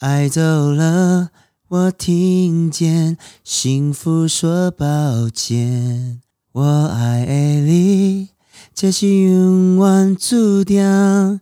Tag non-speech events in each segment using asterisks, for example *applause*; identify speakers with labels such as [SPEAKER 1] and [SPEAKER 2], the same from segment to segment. [SPEAKER 1] 爱走了，我听见幸福说抱歉。我爱的你，这是永远注定。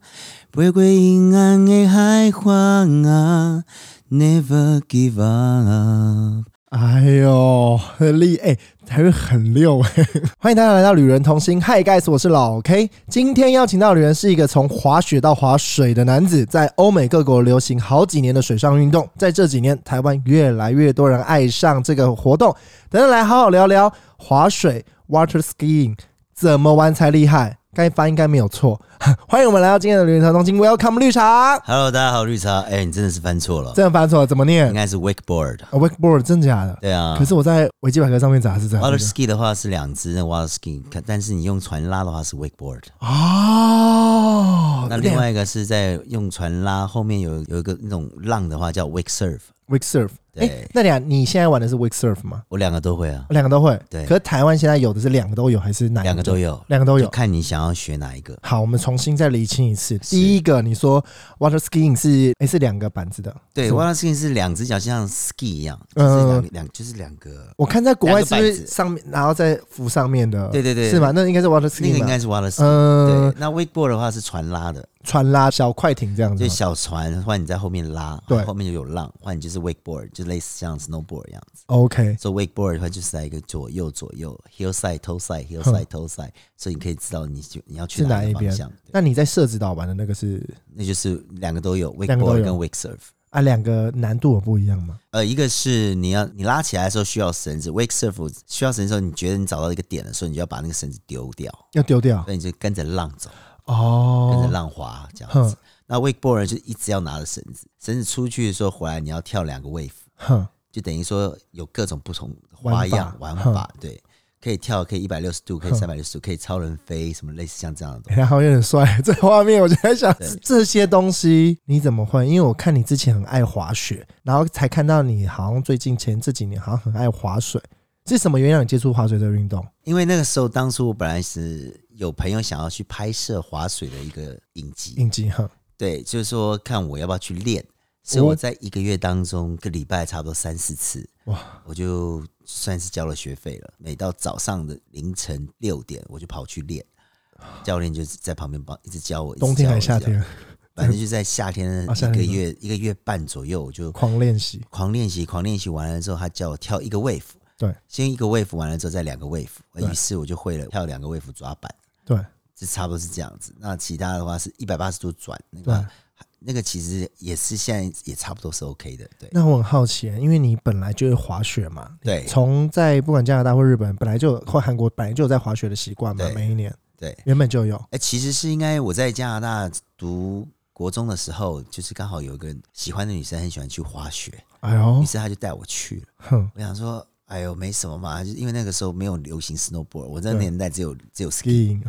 [SPEAKER 1] 飞过阴暗的海岸啊，Never give up。
[SPEAKER 2] 哎呦，很厉哎，还会很溜哎！欢迎大家来到《旅人同心》，Hi guys，我是老 K。今天邀请到的旅人是一个从滑雪到滑水的男子，在欧美各国流行好几年的水上运动，在这几年台湾越来越多人爱上这个活动。等等，来好好聊聊滑水 （water skiing） 怎么玩才厉害，该发应该没有错。 *laughs* 欢迎我们来到今天的《旅人同心》，Welcome 绿茶。
[SPEAKER 1] Hello，大家好，绿茶。哎、你真的是翻错了，
[SPEAKER 2] 这样翻错了怎么
[SPEAKER 1] 应
[SPEAKER 2] 念
[SPEAKER 1] 该是 wakeboard。
[SPEAKER 2] 啊？Wakeboard 真假的？
[SPEAKER 1] 对啊，
[SPEAKER 2] 可是我在维基百科上面查是这样的
[SPEAKER 1] water。ski 的话是两只那 water ski，可但是你用船拉的话是 wakeboard。
[SPEAKER 2] 哦，
[SPEAKER 1] 那另外一个是在用船拉，后面有有一个那种浪的话叫 wake surf，
[SPEAKER 2] wake surf，哎、
[SPEAKER 1] 对
[SPEAKER 2] 那俩你现在玩的是 wake surf 吗？
[SPEAKER 1] 我两个都会啊，
[SPEAKER 2] 两个都会，
[SPEAKER 1] 对
[SPEAKER 2] 可是台湾现在有的是两个都有，还是哪一
[SPEAKER 1] 两个都
[SPEAKER 2] 有？
[SPEAKER 1] 有，
[SPEAKER 2] 两个都
[SPEAKER 1] 就
[SPEAKER 2] 有。
[SPEAKER 1] 看你想要学哪一个。
[SPEAKER 2] 好，我们重新再理清一次。第一个，你说 water skiing 是哎、是两个板子的，
[SPEAKER 1] 对
[SPEAKER 2] 是吗呃
[SPEAKER 1] ，water skiing 是两只脚像 ski 一样，就是两两就是两个，
[SPEAKER 2] 我看在国外是不
[SPEAKER 1] 两个
[SPEAKER 2] 是
[SPEAKER 1] 板子
[SPEAKER 2] 上面，然后再浮上面的？
[SPEAKER 1] 对对对
[SPEAKER 2] 是吗？那应该是 water
[SPEAKER 1] 那
[SPEAKER 2] skiing
[SPEAKER 1] 个
[SPEAKER 2] 吧
[SPEAKER 1] 应该是 water ski。
[SPEAKER 2] 嗯、
[SPEAKER 1] 对，那 wakeboard 的话是船拉的，
[SPEAKER 2] 船拉小快艇这样子
[SPEAKER 1] 就
[SPEAKER 2] 吗。
[SPEAKER 1] 小船，换你在后面拉，
[SPEAKER 2] 嗯对
[SPEAKER 1] 后面就有浪，换你就是 wakeboard，就类似像 snowboard 一样子。
[SPEAKER 2] OK，
[SPEAKER 1] 所以 wakeboard 的话就是在一个左右左右 hillside 头 side hillside 头 side，所以你可以知道你就你要去
[SPEAKER 2] 是哪
[SPEAKER 1] 一个
[SPEAKER 2] 一
[SPEAKER 1] 方
[SPEAKER 2] 边
[SPEAKER 1] 向。对
[SPEAKER 2] 那你在社子岛玩的那个是
[SPEAKER 1] 那就是两个都有
[SPEAKER 2] 两个都
[SPEAKER 1] ，wakeboard
[SPEAKER 2] 有
[SPEAKER 1] 跟 wake surf。
[SPEAKER 2] 啊，两个难度有不一样吗？
[SPEAKER 1] 呃，一个是你要你拉起来的时候需要绳子，wake surf 需要绳子的时候，你觉得你找到一个点的时候，你就要把那个绳子丢掉，
[SPEAKER 2] 要丢掉
[SPEAKER 1] 所以你就跟着浪走，跟着
[SPEAKER 2] 哦，
[SPEAKER 1] 浪滑这样
[SPEAKER 2] 哼
[SPEAKER 1] 子。那 wakeboard 呢就一直要拿着绳子，绳子出去的时候回来你要跳两个 wave，
[SPEAKER 2] 哼，
[SPEAKER 1] 就等于说有各种不同的
[SPEAKER 2] 玩
[SPEAKER 1] 花样
[SPEAKER 2] 法
[SPEAKER 1] 玩
[SPEAKER 2] 哼
[SPEAKER 1] 法，对，可以跳，可以一百六十度，可以三百六十度，可以超人飞，什么类似像这样的东西。
[SPEAKER 2] *laughs* 然后有点帅，这画面我就在想，
[SPEAKER 1] 对
[SPEAKER 2] 这这些东西你怎么会？因为我看你之前很爱滑雪，然后才看到你好像最近前这几年好像很爱滑水，是什么原因让你接触滑水这个运动？
[SPEAKER 1] 因为那个时候，当初我本来是有朋友想要去拍摄划水的一个影集，
[SPEAKER 2] 应激哈，
[SPEAKER 1] 对，就是说看我要不要去练。所以
[SPEAKER 2] 哦
[SPEAKER 1] 我在一个月当中，个礼拜差不多三四次，
[SPEAKER 2] 哇，
[SPEAKER 1] 我就算是交了学费了。每到早上的凌晨六点，我就跑去练，教练就是在旁边帮一直教我，一直
[SPEAKER 2] 冬天
[SPEAKER 1] 教我
[SPEAKER 2] 还是夏，
[SPEAKER 1] 一直教
[SPEAKER 2] 天
[SPEAKER 1] 我反
[SPEAKER 2] *laughs*
[SPEAKER 1] 正就在夏天
[SPEAKER 2] 啊夏
[SPEAKER 1] 一
[SPEAKER 2] 天
[SPEAKER 1] 个月、一个月半左右，我就
[SPEAKER 2] 狂练习，
[SPEAKER 1] 狂练习，狂练习完了之后，他叫我跳一个 wave，
[SPEAKER 2] 对，
[SPEAKER 1] 先一个 wave 完了之后再两个 wave，呃
[SPEAKER 2] 对
[SPEAKER 1] 于是我就会了跳两个 wave 抓板，
[SPEAKER 2] 对
[SPEAKER 1] 就差不多是这样子。那其他的话是一百八十度转，那
[SPEAKER 2] 对。
[SPEAKER 1] 个那个其实也是现在也差不多是 OK 的，对
[SPEAKER 2] 那我很好奇，因为你本来就会滑雪嘛，
[SPEAKER 1] 对
[SPEAKER 2] 从在不管加拿大或日本，本来就有或韩国本来就有在滑雪的习惯嘛，
[SPEAKER 1] 对
[SPEAKER 2] 每一年
[SPEAKER 1] 对。
[SPEAKER 2] 原本就有，
[SPEAKER 1] 哎、其实是应该我在加拿大读国中的时候，就是刚好有一个喜欢的女生很喜欢去滑雪，
[SPEAKER 2] 哎呦
[SPEAKER 1] 于，是她就带我去了。
[SPEAKER 2] 哼，
[SPEAKER 1] 我想说，哎呦，没什么嘛，就是因为那个时候没有流行 snowboard，我那个
[SPEAKER 2] 对
[SPEAKER 1] 年代只有只有 ski。
[SPEAKER 2] skiing，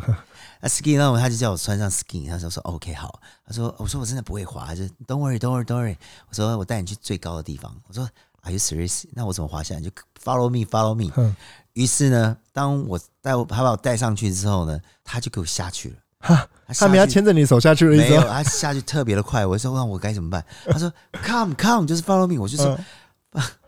[SPEAKER 1] 那啊 ski 那我他就叫我穿上 ski，他说说 OK 好，他说我说我真的不会滑，他就 Don't worry Don't worry Don't worry，我说我带你去最高的地方，我说 Are you serious？那我怎么滑下来？你就 Follow me Follow me
[SPEAKER 2] 哼。
[SPEAKER 1] 于是呢，当我带我他把我带上去之后呢，他就给我下去了，
[SPEAKER 2] 哈，
[SPEAKER 1] 他
[SPEAKER 2] 他们要
[SPEAKER 1] 下去
[SPEAKER 2] 牵着你手下去了，一
[SPEAKER 1] 没有，
[SPEAKER 2] 思吗？哦
[SPEAKER 1] 他下去特别的快，我就说那我该怎么办？他说 Come Come 就是 Follow me，我就说、
[SPEAKER 2] 嗯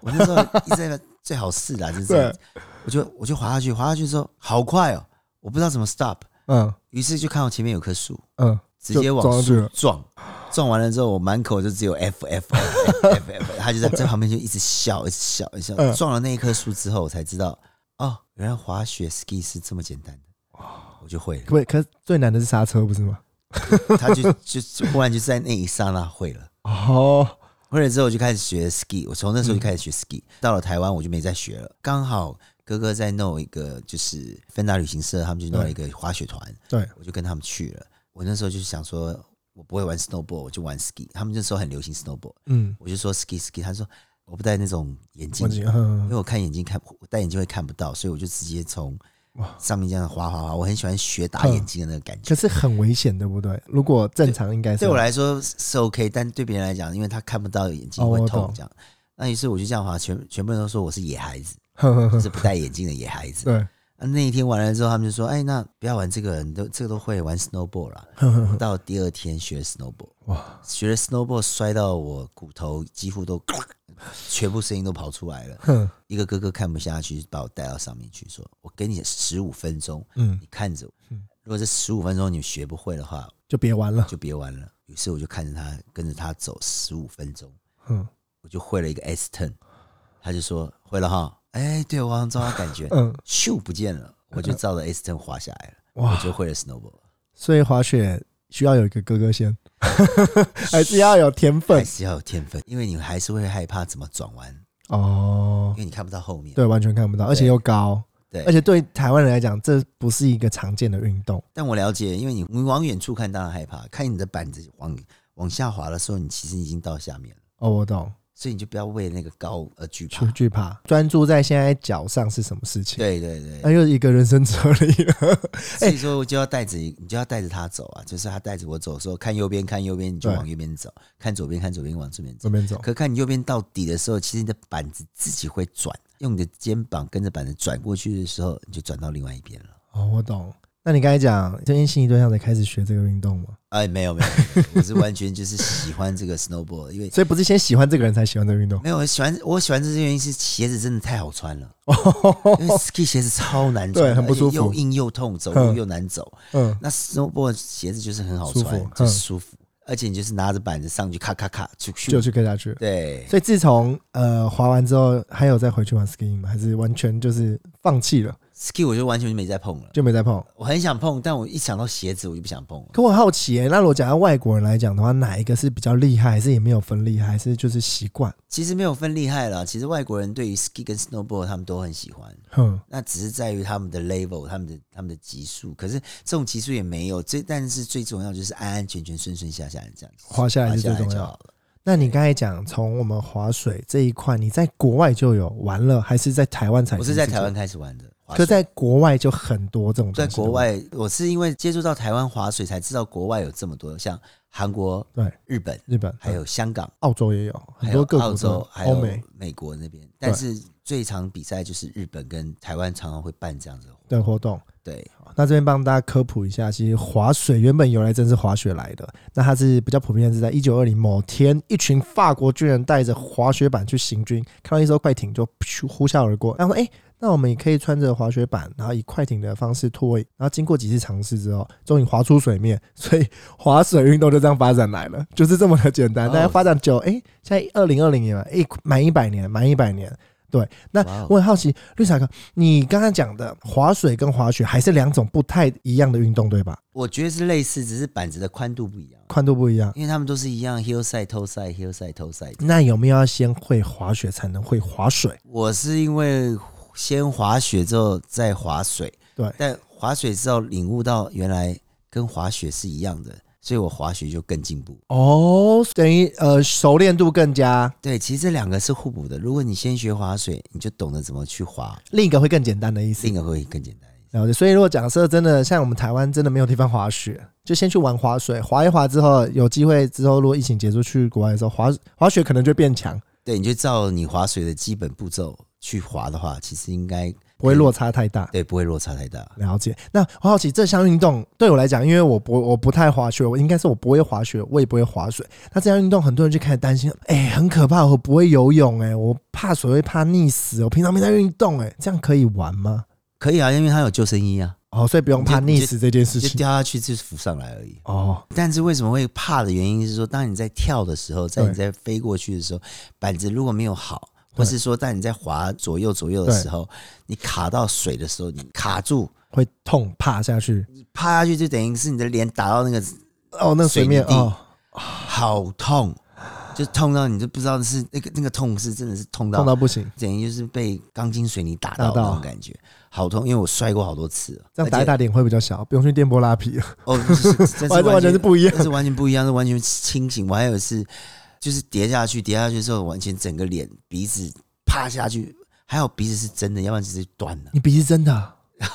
[SPEAKER 1] 我那时候一直在那边最好是啦，就是这样
[SPEAKER 2] *laughs*
[SPEAKER 1] 子，我就我就滑下去，滑下去之后好快哦，我不知道怎么 stop，
[SPEAKER 2] 嗯
[SPEAKER 1] 于是就看到前面有棵树。
[SPEAKER 2] 嗯，
[SPEAKER 1] 直
[SPEAKER 2] 就
[SPEAKER 1] 接
[SPEAKER 2] 撞
[SPEAKER 1] 往
[SPEAKER 2] 上去
[SPEAKER 1] 树
[SPEAKER 2] 了
[SPEAKER 1] 撞，撞完了之后，我满口就只有 F F F F F，他就在在旁边就一直笑，一直笑，一直
[SPEAKER 2] 嗯
[SPEAKER 1] 笑。撞了那一棵树之后，我才知道哦，原来滑雪 ski 是这么简单的，我就会
[SPEAKER 2] 可不可以？可是最难的是刹车，不是吗？
[SPEAKER 1] 了。他就就就忽然就在那一刹那会了，
[SPEAKER 2] 哦，
[SPEAKER 1] 会了之后我就开始学 ski，我从那时候就开始学 ski，到了台湾我就没再学了。刚好哥哥在弄一个就是芬达旅行社，他们就弄了一个滑雪团，
[SPEAKER 2] 对，
[SPEAKER 1] 我就跟他们去了。我那时候就是想说，我不会玩 snowboard，我就玩 ski。他们那时候很流行 snowboard，
[SPEAKER 2] 嗯，
[SPEAKER 1] 我就说 ski ski。他说我不戴那种眼镜
[SPEAKER 2] 我，记，
[SPEAKER 1] 因
[SPEAKER 2] 嗯
[SPEAKER 1] 为我看眼睛看我戴眼镜会看不到，所以我就直接从上面这样滑滑滑。我很喜欢学打
[SPEAKER 2] 嗯
[SPEAKER 1] 眼睛的那个感觉
[SPEAKER 2] 可。是很危险，对不对？如果正常应该是
[SPEAKER 1] 对我来说是 OK，但对别人来讲，因为他看不到眼睛
[SPEAKER 2] 哦
[SPEAKER 1] 会
[SPEAKER 2] 我
[SPEAKER 1] 痛
[SPEAKER 2] 懂
[SPEAKER 1] 这样。那于是我就这样滑，全全部人都说我是野孩子，
[SPEAKER 2] *laughs* 呵呵呵
[SPEAKER 1] 就是不戴眼镜的野孩子。
[SPEAKER 2] 对，
[SPEAKER 1] 啊那一天玩了之后，他们就说：“哎，那不要玩这个，你都这个都会玩 snowboard 啦。
[SPEAKER 2] *laughs*
[SPEAKER 1] 我到第二天学 snowboard，
[SPEAKER 2] 哇，
[SPEAKER 1] 学了 snowboard 摔到我骨头几乎都，全部声音都跑出来了。
[SPEAKER 2] 哼，
[SPEAKER 1] 一个哥哥看不下去，把我带到上面去，说：“我给你十五分钟，
[SPEAKER 2] 嗯，
[SPEAKER 1] 你看着我。如果这十五分钟你学不会的话，
[SPEAKER 2] 就别玩了，
[SPEAKER 1] 就别玩了。”于是我就看着他，跟着他走十五分钟，
[SPEAKER 2] 嗯
[SPEAKER 1] 我就会了一个 S turn。他就说：“会了哈。”哎，对我好像知道他感觉，
[SPEAKER 2] *laughs* 嗯，
[SPEAKER 1] 咻不见了，我
[SPEAKER 2] *laughs*
[SPEAKER 1] 就照着 S turn 滑下来了，
[SPEAKER 2] 哇
[SPEAKER 1] 我就会了 snowboard。
[SPEAKER 2] 所以滑雪需要有一个哥哥先，还是要有天
[SPEAKER 1] 还
[SPEAKER 2] 分
[SPEAKER 1] 是要有天分，因为你还是会害怕怎么转弯，
[SPEAKER 2] 哦
[SPEAKER 1] 因。为你看不到后面。
[SPEAKER 2] 对，完全看不到，而且又高，
[SPEAKER 1] 对
[SPEAKER 2] 而且对台湾人来讲，这不是一个常见的运动。
[SPEAKER 1] 但我了解，因为你你往远处看当然害怕，看你的板子往往下滑的时候，你其实已经到下面了，
[SPEAKER 2] 哦，我懂，
[SPEAKER 1] 所以你就不要为那个高而惧怕
[SPEAKER 2] 去。惧怕，专注在现在脚上是什么事情。
[SPEAKER 1] 啊对对对，
[SPEAKER 2] 那、又一个人生哲理了。 *laughs*
[SPEAKER 1] 所以说我就要带着你就要带着他走啊，就是他带着我走的时候，看右边看右边你就
[SPEAKER 2] 对
[SPEAKER 1] 往右边走，看左边看左边往这边走。
[SPEAKER 2] 这边走，
[SPEAKER 1] 可看你右边到底的时候，其实你的板子自己会转，用你的肩膀跟着板子转过去的时候，你就转到另外一边了。
[SPEAKER 2] 哦，我懂。那你刚才讲，最近心仪对象才开始学这个运动吗？
[SPEAKER 1] 哎，没有没有，没有我是完全就是喜欢这个 snowboard，因为
[SPEAKER 2] *laughs* 所以不是先喜欢这个人才喜欢这个运动。
[SPEAKER 1] 没有我喜欢我喜欢这些原因是鞋子真的太好穿
[SPEAKER 2] *laughs*
[SPEAKER 1] 了，因为 ski 鞋子超难穿的，
[SPEAKER 2] 对很不舒服
[SPEAKER 1] 而且又硬又痛，走路
[SPEAKER 2] 嗯
[SPEAKER 1] 又难走。
[SPEAKER 2] 嗯，
[SPEAKER 1] 那 snowboard 鞋子就是很好
[SPEAKER 2] 舒服
[SPEAKER 1] 穿
[SPEAKER 2] 嗯，
[SPEAKER 1] 就是舒服，而且你就是拿着板子上去咔咔咔就去
[SPEAKER 2] 就去跟下去。
[SPEAKER 1] 对。
[SPEAKER 2] 所以自从呃滑完之后，还有再回去玩 skiing 吗？还是完全就是放弃了，
[SPEAKER 1] ski 我就完全没再碰了，
[SPEAKER 2] 就没再碰？
[SPEAKER 1] 我很想碰，但我一想到鞋子我就不想碰了。
[SPEAKER 2] 可我好奇耶、那如果讲到外国人来讲的话，哪一个是比较厉害，还是也没有分厉害，还是就是习惯？
[SPEAKER 1] 其实没有分厉害啦，其实外国人对于 ski 跟 snowboard 他们都很喜欢，
[SPEAKER 2] 哼，
[SPEAKER 1] 那只是在于他们的 level、他们的他们的级数。可是这种级数也没有，最但是最重要就是安安全全、顺顺下下这样子
[SPEAKER 2] 滑下来是最
[SPEAKER 1] 滑
[SPEAKER 2] 重
[SPEAKER 1] 下就
[SPEAKER 2] 要
[SPEAKER 1] 好
[SPEAKER 2] 的。
[SPEAKER 1] 了。
[SPEAKER 2] 那你刚才讲从我们滑水这一块，你在国外就有玩了，还是在台湾才？
[SPEAKER 1] 我是在台湾，开始玩的，滑
[SPEAKER 2] 可
[SPEAKER 1] 水
[SPEAKER 2] 哎在国外就很多这种东
[SPEAKER 1] 在
[SPEAKER 2] 西。
[SPEAKER 1] 国，外，我是因为接触到台湾滑水才知道国外有这么多，像韩国、
[SPEAKER 2] 对
[SPEAKER 1] 日本，
[SPEAKER 2] 日本
[SPEAKER 1] 还有香港，
[SPEAKER 2] 澳洲也有很
[SPEAKER 1] 还
[SPEAKER 2] 多
[SPEAKER 1] 有
[SPEAKER 2] 各国
[SPEAKER 1] 澳洲，
[SPEAKER 2] 的
[SPEAKER 1] 还
[SPEAKER 2] 欧
[SPEAKER 1] 有
[SPEAKER 2] 美
[SPEAKER 1] 美国那边。但是最常比赛就是日本跟台湾常常会办这样子的活动。
[SPEAKER 2] 的活动。
[SPEAKER 1] 对，
[SPEAKER 2] 那这边帮大家科普一下，其实滑水原本由来真是滑雪来的。那它是比较普遍是在一九二零某天，一群法国军人带着滑雪板去行军，看到一艘快艇就噗呼啸而过，然后说：“哎、那我们也可以穿着滑雪板，然后以快艇的方式脱尾。”然后经过几次尝试之后，终于滑出水面，所以滑水运动就这样发展来了，就是这么的简单。
[SPEAKER 1] 哦
[SPEAKER 2] 大家发展久，哎、现在二零二零年嘛，哎、满一百年，满一百年。对，那
[SPEAKER 1] 哇哦
[SPEAKER 2] 我很好奇，绿茶哥，你刚刚讲的滑水跟滑雪还是两种不太一样的运动，对吧？
[SPEAKER 1] 我觉得是类似，只是板子的宽度不一样。
[SPEAKER 2] 宽度不一样。
[SPEAKER 1] 因为他们都是一样 heel side toe side heel side toe side。
[SPEAKER 2] 那有没有要先会滑雪才能会滑水？
[SPEAKER 1] 我是因为先滑雪之后再滑水，
[SPEAKER 2] 对，
[SPEAKER 1] 但滑水之后领悟到原来跟滑雪是一样的，所以我滑雪就更进步。
[SPEAKER 2] 哦，等于呃熟练度更加，
[SPEAKER 1] 对，其实这两个是互补的。如果你先学滑水，你就懂得怎么去滑，
[SPEAKER 2] 另一个会更简单的意思
[SPEAKER 1] 另。一个会更简单。
[SPEAKER 2] 了解。所以如果假设真的像我们台湾真的没有地方滑雪，就先去玩滑水，滑一滑之后，有机会之后如果疫情结束去国外的时候，滑滑雪可能就变强，
[SPEAKER 1] 对，你就照你滑水的基本步骤去滑的话，其实应该
[SPEAKER 2] 不会落差太大。
[SPEAKER 1] 对不会落差太大。
[SPEAKER 2] 了解。那我好奇这项运动对我来讲，因为我不我不太滑雪，我应该是我不会滑雪，我也不会滑水。那这项运动很多人就开始担心，哎、很可怕，我不会游泳、哎，我怕水会怕溺死，我平常没在运动、哎，这样可以玩吗？
[SPEAKER 1] 可以啊，因为它有救生衣啊，
[SPEAKER 2] 哦，所以不用怕溺死这件事
[SPEAKER 1] 就
[SPEAKER 2] 情。
[SPEAKER 1] 掉下去就是浮上来而已。
[SPEAKER 2] 哦，
[SPEAKER 1] 但是为什么会怕的原因是说，当你在跳的时候，在
[SPEAKER 2] 对
[SPEAKER 1] 你在飞过去的时候，板子如果没有好，或是说当你在滑左右左右的
[SPEAKER 2] 对
[SPEAKER 1] 时候，你卡到水的时候，你卡住，
[SPEAKER 2] 会痛，怕下去。
[SPEAKER 1] 你趴下去就等于是你的脸打到那个，
[SPEAKER 2] 哦，那水
[SPEAKER 1] 水
[SPEAKER 2] 面
[SPEAKER 1] 泥地
[SPEAKER 2] 哦，
[SPEAKER 1] 好痛，就痛到你就不知道是那个那个痛是真的是痛到
[SPEAKER 2] 痛到不行，
[SPEAKER 1] 等于就是被钢筋水泥打到
[SPEAKER 2] 打到
[SPEAKER 1] 那种感觉，好痛，因为我摔过好多次了，
[SPEAKER 2] 这样打
[SPEAKER 1] 而
[SPEAKER 2] 一
[SPEAKER 1] 且
[SPEAKER 2] 打脸会比较小，不用去电波拉皮
[SPEAKER 1] *laughs*
[SPEAKER 2] 了。
[SPEAKER 1] 哦，不是，这
[SPEAKER 2] *laughs* 完全完全是不一样，
[SPEAKER 1] 这是完全不一样，是完全清醒。我还有一次就是跌下去，跌下去之后，完全整个脸、鼻子趴下去，还好鼻子是真的，要不然就是断了 *laughs*
[SPEAKER 2] 你鼻子真的啊、
[SPEAKER 1] 然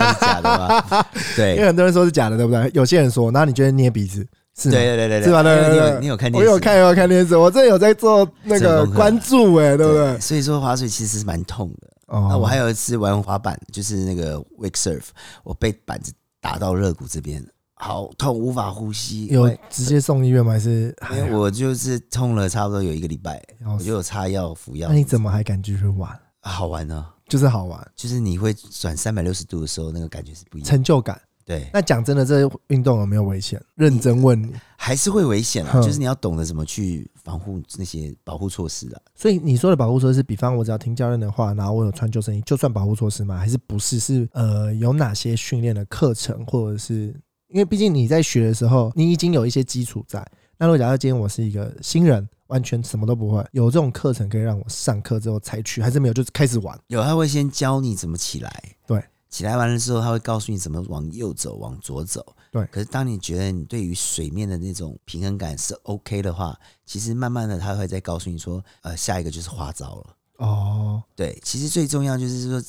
[SPEAKER 1] 后是假的吧？对
[SPEAKER 2] 因为很多人说是假的，对不对？有些人说，那你觉得捏鼻子是
[SPEAKER 1] 对对
[SPEAKER 2] 吗？
[SPEAKER 1] 对对
[SPEAKER 2] 是吧？对
[SPEAKER 1] 因为哎你
[SPEAKER 2] 对对
[SPEAKER 1] 有
[SPEAKER 2] 对
[SPEAKER 1] 你有看电
[SPEAKER 2] 我
[SPEAKER 1] 视？
[SPEAKER 2] 有看，我有看电视，我这有在做那
[SPEAKER 1] 这
[SPEAKER 2] 个
[SPEAKER 1] 有功课
[SPEAKER 2] 关注、哎，对不对？
[SPEAKER 1] 所以说滑水其实是蛮痛的，
[SPEAKER 2] 哦，
[SPEAKER 1] 那我还有一次玩滑板，就是那个 wake surf，我被板子打到肋骨这边，好痛，无法呼吸。因
[SPEAKER 2] 有
[SPEAKER 1] 为
[SPEAKER 2] 直接送医院吗？还是
[SPEAKER 1] 因为我就是痛了差不多有一个礼拜，
[SPEAKER 2] 要
[SPEAKER 1] 我
[SPEAKER 2] 死
[SPEAKER 1] 就有擦药服药。
[SPEAKER 2] 那你怎么还敢继续玩？
[SPEAKER 1] 啊好玩呢？
[SPEAKER 2] 就是好玩，
[SPEAKER 1] 就是你会转三百六十度的时候，那个感觉是不一样的。
[SPEAKER 2] 成就感。
[SPEAKER 1] 对，
[SPEAKER 2] 那讲真的，这运动有没有危险？认真问你。
[SPEAKER 1] 还是会危险啊，
[SPEAKER 2] 哼
[SPEAKER 1] 就是你要懂得怎么去防护那些保护措施啊。
[SPEAKER 2] 所以你说的保护措施，比方我只要听教练的话，然后我有穿救生衣，就算保护措施吗？还是不是？是呃，有哪些训练的课程，或者是因为毕竟你在学的时候，你已经有一些基础在。那如果假设今天我是一个新人，完全什么都不会，有这种课程可以让我上课之后才去，还是没有就是开始玩？
[SPEAKER 1] 有，他会先教你怎么起来。
[SPEAKER 2] 对，
[SPEAKER 1] 起来完了之后，他会告诉你怎么往右走，往左走。
[SPEAKER 2] 对
[SPEAKER 1] 可是当你觉得你对于水面的那种平衡感是 OK 的话，其实慢慢的他会再告诉你说，呃，下一个就是花招了。
[SPEAKER 2] 哦，
[SPEAKER 1] 对，其实最重要就是说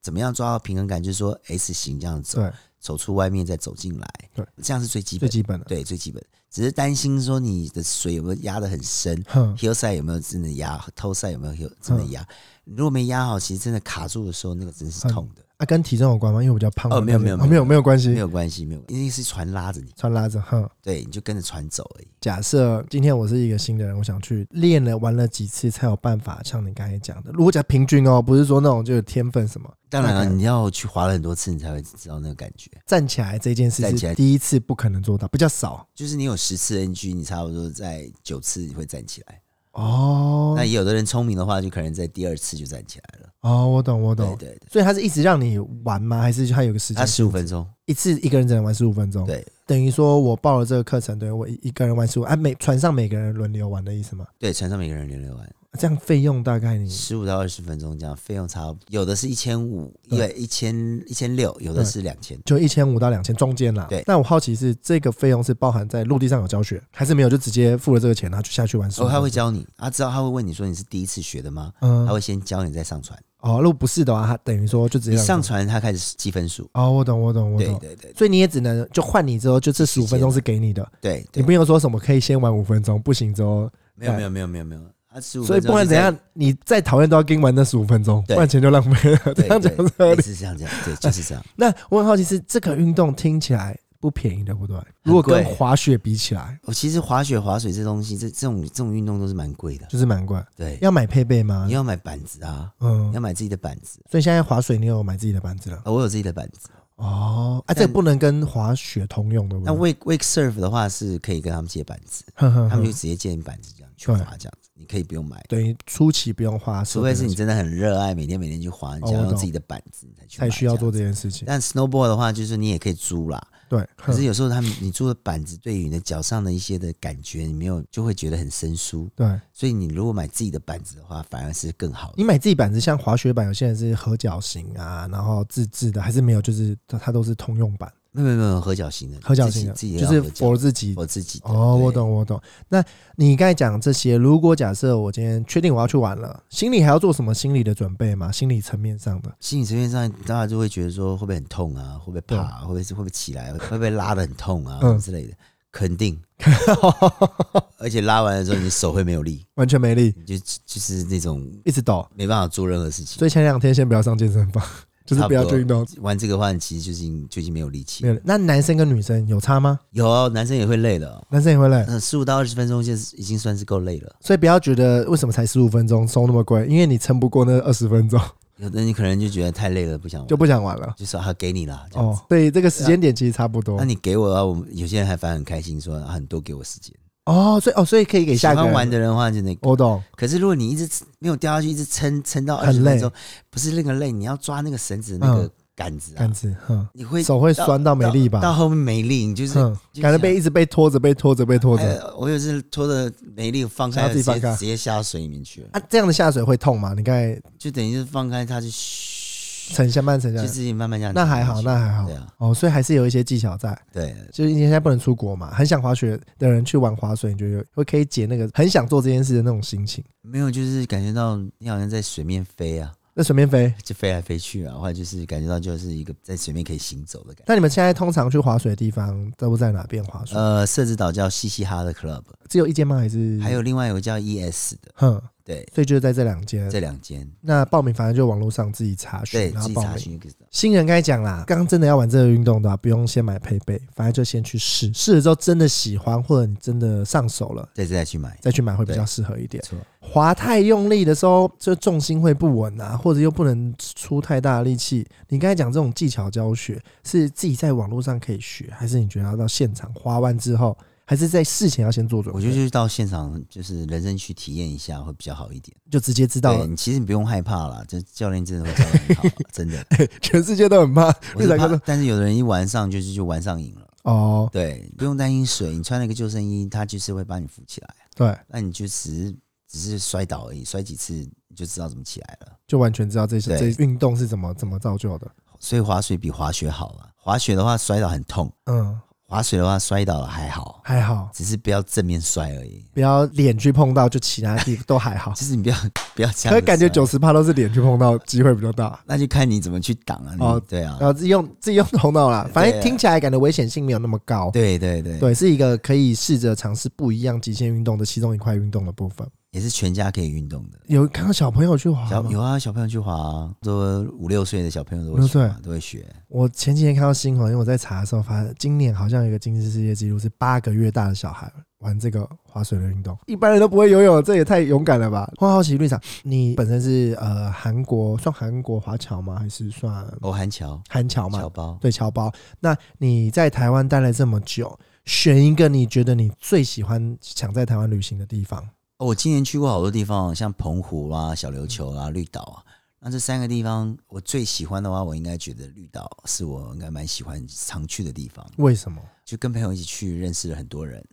[SPEAKER 1] 怎么样抓到平衡感，就是说 S 型这样走，
[SPEAKER 2] 对，
[SPEAKER 1] 走出外面再走进来，
[SPEAKER 2] 对，
[SPEAKER 1] 这样是最基
[SPEAKER 2] 最
[SPEAKER 1] 本。
[SPEAKER 2] 基本
[SPEAKER 1] *laughs*
[SPEAKER 2] 的。
[SPEAKER 1] 对，最基本。只是担心说你的水有没有压得很深，
[SPEAKER 2] 哼，
[SPEAKER 1] hill side 有没有真的压，偷赛有没有真
[SPEAKER 2] 嗯
[SPEAKER 1] 的压？如果没压好，其实真的卡住的时候，那个真是痛的。
[SPEAKER 2] 啊，跟体重有关吗？因为我比较胖。
[SPEAKER 1] 哦没有没有
[SPEAKER 2] *laughs* 哦没有没有关
[SPEAKER 1] 没
[SPEAKER 2] 系，
[SPEAKER 1] 有关系，没有，因为是船拉着你，
[SPEAKER 2] 穿拉着。哼，
[SPEAKER 1] 对，你就跟着船走而已。
[SPEAKER 2] 假设今天我是一个新的人，我想去练了玩了几次才有办法，像你刚才讲的，如果讲平均哦，不是说那种就有天分什么，
[SPEAKER 1] 当然
[SPEAKER 2] 大
[SPEAKER 1] 了，
[SPEAKER 2] 概
[SPEAKER 1] 你要去划了很多次，你才会知道那个感觉。
[SPEAKER 2] 站起来这件事
[SPEAKER 1] 站起
[SPEAKER 2] 是
[SPEAKER 1] 来
[SPEAKER 2] 第一次不可能做到，比较少
[SPEAKER 1] 就是你有十次 NG，你差不多在九次你会站起来。
[SPEAKER 2] 哦
[SPEAKER 1] 那。也有的人聪明的话，就可能在第二次就站起来了。
[SPEAKER 2] 哦，我懂我
[SPEAKER 1] 对
[SPEAKER 2] 懂。
[SPEAKER 1] 对对，
[SPEAKER 2] 所以他是一直让你玩吗？还是他有个时
[SPEAKER 1] 他
[SPEAKER 2] 间？
[SPEAKER 1] 十五分钟，
[SPEAKER 2] 一次一个人只能玩十五分钟？
[SPEAKER 1] 对
[SPEAKER 2] 等于说我报了这个课程，等于我一一个人玩十五，啊，每船上每个人轮流玩的意思吗？
[SPEAKER 1] 对，船上每个人轮流玩，
[SPEAKER 2] 这样费用大概你
[SPEAKER 1] 十五到二十分钟这样，费用差不多有的是一千五，
[SPEAKER 2] 对
[SPEAKER 1] 对，一千一千六，有的是两千。
[SPEAKER 2] 就一千五到两千中间啦。
[SPEAKER 1] 对
[SPEAKER 2] 那我好奇是这个费用是包含在陆地上有教学，还是没有就直接付了这个钱，然后就下去玩水？
[SPEAKER 1] 哦，他会教你，他知道他会问你说你是第一次学的吗？
[SPEAKER 2] 嗯
[SPEAKER 1] 他，会先教你再上传，
[SPEAKER 2] 哦，如果不是的话，他等于说就直接
[SPEAKER 1] 你
[SPEAKER 2] 让
[SPEAKER 1] 上传他开始记分数。
[SPEAKER 2] 哦，我懂，我懂，我
[SPEAKER 1] 对
[SPEAKER 2] 懂。
[SPEAKER 1] 对对
[SPEAKER 2] 所以你也只能就换你之后，就这十
[SPEAKER 1] 继
[SPEAKER 2] 五
[SPEAKER 1] 续
[SPEAKER 2] 分钟
[SPEAKER 1] 接
[SPEAKER 2] 是给你的，
[SPEAKER 1] 对
[SPEAKER 2] 你
[SPEAKER 1] 对，
[SPEAKER 2] 不用说什么可以先玩五分钟，不行之后，
[SPEAKER 1] 没有没有没有没有没有，他十五
[SPEAKER 2] 哎所以不管怎样，你再讨厌都要跟玩那十五分钟，不
[SPEAKER 1] 对
[SPEAKER 2] 然钱就浪费了。这
[SPEAKER 1] 对
[SPEAKER 2] 样
[SPEAKER 1] 对
[SPEAKER 2] 讲是
[SPEAKER 1] 对
[SPEAKER 2] 合理。
[SPEAKER 1] 是这样这样，对，就是这样。
[SPEAKER 2] 那我很好奇是这个运动听起来不便宜的，对不对？如果跟
[SPEAKER 1] 贵
[SPEAKER 2] 滑雪比起来，
[SPEAKER 1] 我哦其实滑雪、滑水这东西，这这种这种运动都是蛮贵的。
[SPEAKER 2] 就是蛮贵。
[SPEAKER 1] 对，
[SPEAKER 2] 要买配备吗
[SPEAKER 1] 你？要买板子啊，
[SPEAKER 2] 嗯
[SPEAKER 1] 你，要买自己的板子。
[SPEAKER 2] 所以现在滑水你有买自己的板子了
[SPEAKER 1] 啊，我有自己的板子。
[SPEAKER 2] 哦？啊，
[SPEAKER 1] 但
[SPEAKER 2] 这个不能跟滑雪通用的。 *laughs*
[SPEAKER 1] 那 Wake Wake Surf 的话是可以跟他们借板子，
[SPEAKER 2] 呵呵
[SPEAKER 1] 他们就
[SPEAKER 2] 呵
[SPEAKER 1] 直接借你板子这样去
[SPEAKER 2] 嗯对
[SPEAKER 1] 滑这样子，你可以不用买。
[SPEAKER 2] 等于初期不用花，
[SPEAKER 1] 除非是你真的很热爱，每天每天去滑，你
[SPEAKER 2] 哦
[SPEAKER 1] 想
[SPEAKER 2] 我
[SPEAKER 1] 要用
[SPEAKER 2] 懂
[SPEAKER 1] 自己的板子，你才去
[SPEAKER 2] 才
[SPEAKER 1] 买
[SPEAKER 2] 需要
[SPEAKER 1] 这样
[SPEAKER 2] 做这件事情。
[SPEAKER 1] 但 snowboard 的话，就是你也可以租啦。
[SPEAKER 2] 对，
[SPEAKER 1] 可是
[SPEAKER 2] 呵
[SPEAKER 1] 有时候他们你租的板子对于你的脚上的一些的感觉，你没有就会觉得很生疏。
[SPEAKER 2] 对
[SPEAKER 1] 所以你如果买自己的板子的话，反而是更好的。
[SPEAKER 2] 你买自己板子，像滑雪板，有些人是合脚型啊，然后自制的，还是没有，就是它它都是通用板，
[SPEAKER 1] 没有没有没有合脚型的，
[SPEAKER 2] 合脚型的，
[SPEAKER 1] 自己
[SPEAKER 2] 就
[SPEAKER 1] 自己
[SPEAKER 2] 是
[SPEAKER 1] 要合脚
[SPEAKER 2] for 自己。
[SPEAKER 1] 我自己的
[SPEAKER 2] 哦，
[SPEAKER 1] 对
[SPEAKER 2] 我懂，我懂。那你刚才讲这些，如果假设我今天确定我要去玩了，心里还要做什么心理的准备吗？心理层面上的，
[SPEAKER 1] 心理层面上，大家就会觉得说会不会很痛啊，会不会怕、啊，会不会会不会起来，会不会拉的很痛啊、
[SPEAKER 2] 嗯
[SPEAKER 1] 什么之类的，肯
[SPEAKER 2] *laughs*
[SPEAKER 1] 定。而且拉完了之后，你手会没有力，
[SPEAKER 2] 完全没力，
[SPEAKER 1] 你就就是那种
[SPEAKER 2] 一直抖。
[SPEAKER 1] 没办法做任何事情。
[SPEAKER 2] 所以前两天先不要上健身房，就是不要去运动。
[SPEAKER 1] 玩这个的话，你其实就已经就已经没有力气
[SPEAKER 2] 没。有，那男生跟女生有差吗？
[SPEAKER 1] 有哦男生也会累的、哦，
[SPEAKER 2] 男生也会累，
[SPEAKER 1] 嗯，十五到二十分钟就是已经算是够累了。
[SPEAKER 2] 所以不要觉得为什么才十五分钟收那么贵，因为你撑不过那二十分钟
[SPEAKER 1] 有的你可能就觉得太累了，不想玩，就
[SPEAKER 2] 就不想玩了。
[SPEAKER 1] 说啊给你啦这样子。
[SPEAKER 2] 哦，对，这个时间点其实差不多
[SPEAKER 1] 那。你给我啊，我们有些人还反而很开心，说啊，很多给我时间。
[SPEAKER 2] 哦，所以哦，所以可以给
[SPEAKER 1] 喜
[SPEAKER 2] 下一个
[SPEAKER 1] 欢
[SPEAKER 2] 人哦
[SPEAKER 1] 玩的人的话就那个，
[SPEAKER 2] 我懂，
[SPEAKER 1] 可是如果你一直没有掉下去，一直撑撑到二
[SPEAKER 2] 很
[SPEAKER 1] 十
[SPEAKER 2] 累嗯
[SPEAKER 1] 分钟，不是那个累，你要抓那个绳子那个杆子啊
[SPEAKER 2] 杆，子，哼，
[SPEAKER 1] 你会
[SPEAKER 2] 手会酸到没力吧嗯
[SPEAKER 1] 到到后面没力，你就是
[SPEAKER 2] 哼，
[SPEAKER 1] 就
[SPEAKER 2] 感觉
[SPEAKER 1] 想
[SPEAKER 2] 被一直被拖着，被拖着，被拖着。
[SPEAKER 1] 哎我有是拖着没力放开
[SPEAKER 2] 想要
[SPEAKER 1] 了，
[SPEAKER 2] 自己
[SPEAKER 1] 直
[SPEAKER 2] 放
[SPEAKER 1] 接
[SPEAKER 2] 开
[SPEAKER 1] 直接下到水里面去了，
[SPEAKER 2] 啊，这样的下水会痛吗？你刚才
[SPEAKER 1] 就等于是放开它就嘘，
[SPEAKER 2] 沉下慢沉下
[SPEAKER 1] 就
[SPEAKER 2] 来，
[SPEAKER 1] 自己慢慢这样。
[SPEAKER 2] 那还好，那还好
[SPEAKER 1] 对。啊，
[SPEAKER 2] 哦，所以还是有一些技巧在。
[SPEAKER 1] 对，啊
[SPEAKER 2] 就是你现在不能出国嘛，很想滑雪的人去玩滑水，你觉得会可以解那个很想做这件事的那种心情。
[SPEAKER 1] 没有就是感觉到你好像在水面飞啊， *laughs*
[SPEAKER 2] 那随便飞。
[SPEAKER 1] 就飞来飞去啊，或者就是感觉到就是一个在水面可以行走的感觉。
[SPEAKER 2] 那你们现在通常去滑水的地方都在哪边
[SPEAKER 1] 嗯
[SPEAKER 2] 滑水？嗯
[SPEAKER 1] 呃，社子岛叫嘻嘻哈的 club，
[SPEAKER 2] 只有一间吗？还是
[SPEAKER 1] 还有另外有个叫 ES E 的，
[SPEAKER 2] 哼
[SPEAKER 1] 对，
[SPEAKER 2] 所以就是在这两间。
[SPEAKER 1] 这两间，
[SPEAKER 2] 那报名反正就网络上自己查询，
[SPEAKER 1] 对
[SPEAKER 2] 然
[SPEAKER 1] 自
[SPEAKER 2] 后
[SPEAKER 1] 己
[SPEAKER 2] 报
[SPEAKER 1] 查
[SPEAKER 2] 名。
[SPEAKER 1] 询就知道。
[SPEAKER 2] 新人该讲啦，刚真的要玩这个运动的、啊，不用先买配备，反正就先去试，试了之后真的喜欢或者你真的上手了，
[SPEAKER 1] 对，再去买，
[SPEAKER 2] 再去买会比
[SPEAKER 1] 对
[SPEAKER 2] 较适合一点
[SPEAKER 1] 没。错，
[SPEAKER 2] 滑太用力的时候，就重心会不稳啊，或者又不能出太大的力气。你刚才讲这种技巧教学，是自己在网络上可以学，还是你觉得要到现场滑完之后，还是在事前要先做准备？
[SPEAKER 1] 我觉得就是到现场，就是人生去体验一下会比较好一点。
[SPEAKER 2] 就直接知道
[SPEAKER 1] 对
[SPEAKER 2] 了，
[SPEAKER 1] 你其实你不用害怕啦，这教练真的会教得很好啦，真
[SPEAKER 2] *laughs*
[SPEAKER 1] 的。
[SPEAKER 2] 全世界都很怕。
[SPEAKER 1] 我
[SPEAKER 2] 为
[SPEAKER 1] 是
[SPEAKER 2] 啥叫
[SPEAKER 1] 怕
[SPEAKER 2] 做，
[SPEAKER 1] 但是有的人一玩上就是就玩上瘾了。
[SPEAKER 2] 哦，
[SPEAKER 1] 对，不用担心水，你穿了一个救生衣，它就是会把你扶起来。
[SPEAKER 2] 对，
[SPEAKER 1] 那你就只是只是摔倒而已，摔几次你就知道怎么起来了。
[SPEAKER 2] 就完全知道这些这
[SPEAKER 1] 对
[SPEAKER 2] 运动是怎么怎么造就的。
[SPEAKER 1] 所以滑水比滑雪好啊。滑雪的话摔倒很痛，
[SPEAKER 2] 嗯，
[SPEAKER 1] 滑水的话摔倒了还好，
[SPEAKER 2] 还好，
[SPEAKER 1] 只是不要正面摔而已。
[SPEAKER 2] 不要脸去碰到，就其他地都还 *laughs* 好。
[SPEAKER 1] *laughs* 其实你不要不要这样
[SPEAKER 2] 可
[SPEAKER 1] 子摔，啊
[SPEAKER 2] 是啊感觉九十趴都是脸去碰到，机会比较大。
[SPEAKER 1] 那就看你怎么去挡啊。你
[SPEAKER 2] 哦
[SPEAKER 1] 对啊
[SPEAKER 2] 然，后自己用自己用头脑啦，反正
[SPEAKER 1] 对
[SPEAKER 2] 听起来感觉危险性没有那么高。
[SPEAKER 1] 对对对，
[SPEAKER 2] 对，是一个可以试着尝试不一样极限运动的其中一块运动的部分。
[SPEAKER 1] 也是全家可以运动的。
[SPEAKER 2] 有看到小朋友去滑
[SPEAKER 1] 小
[SPEAKER 2] 吗？
[SPEAKER 1] 有啊，小朋友去滑、啊，都五六岁的小朋友都
[SPEAKER 2] 五六
[SPEAKER 1] 会去
[SPEAKER 2] 岁
[SPEAKER 1] 滑，都会学。
[SPEAKER 2] 我前几天看到新闻，因为我在查的时候发现，今年好像有一个吉尼斯世界纪录是八个月大的小孩玩这个划水的运动，一般人都不会游泳，这也太勇敢了吧！我好奇，绿茶，你本身是呃韩国算韩国华侨吗？还是算
[SPEAKER 1] 欧哦韩桥、
[SPEAKER 2] 韩侨嘛
[SPEAKER 1] 侨？包，
[SPEAKER 2] 对，侨胞。那你在台湾待了这么久，选一个你觉得你最喜欢想在台湾旅行的地方。
[SPEAKER 1] 哦，我今年去过好多地方，像澎湖啊、小琉球啊、绿岛啊。那这三个地方，我最喜欢的话，我应该觉得绿岛是我应该蛮喜欢常去的地方。
[SPEAKER 2] 为什么？ *laughs*
[SPEAKER 1] 就跟朋友一起去，认识了很多人。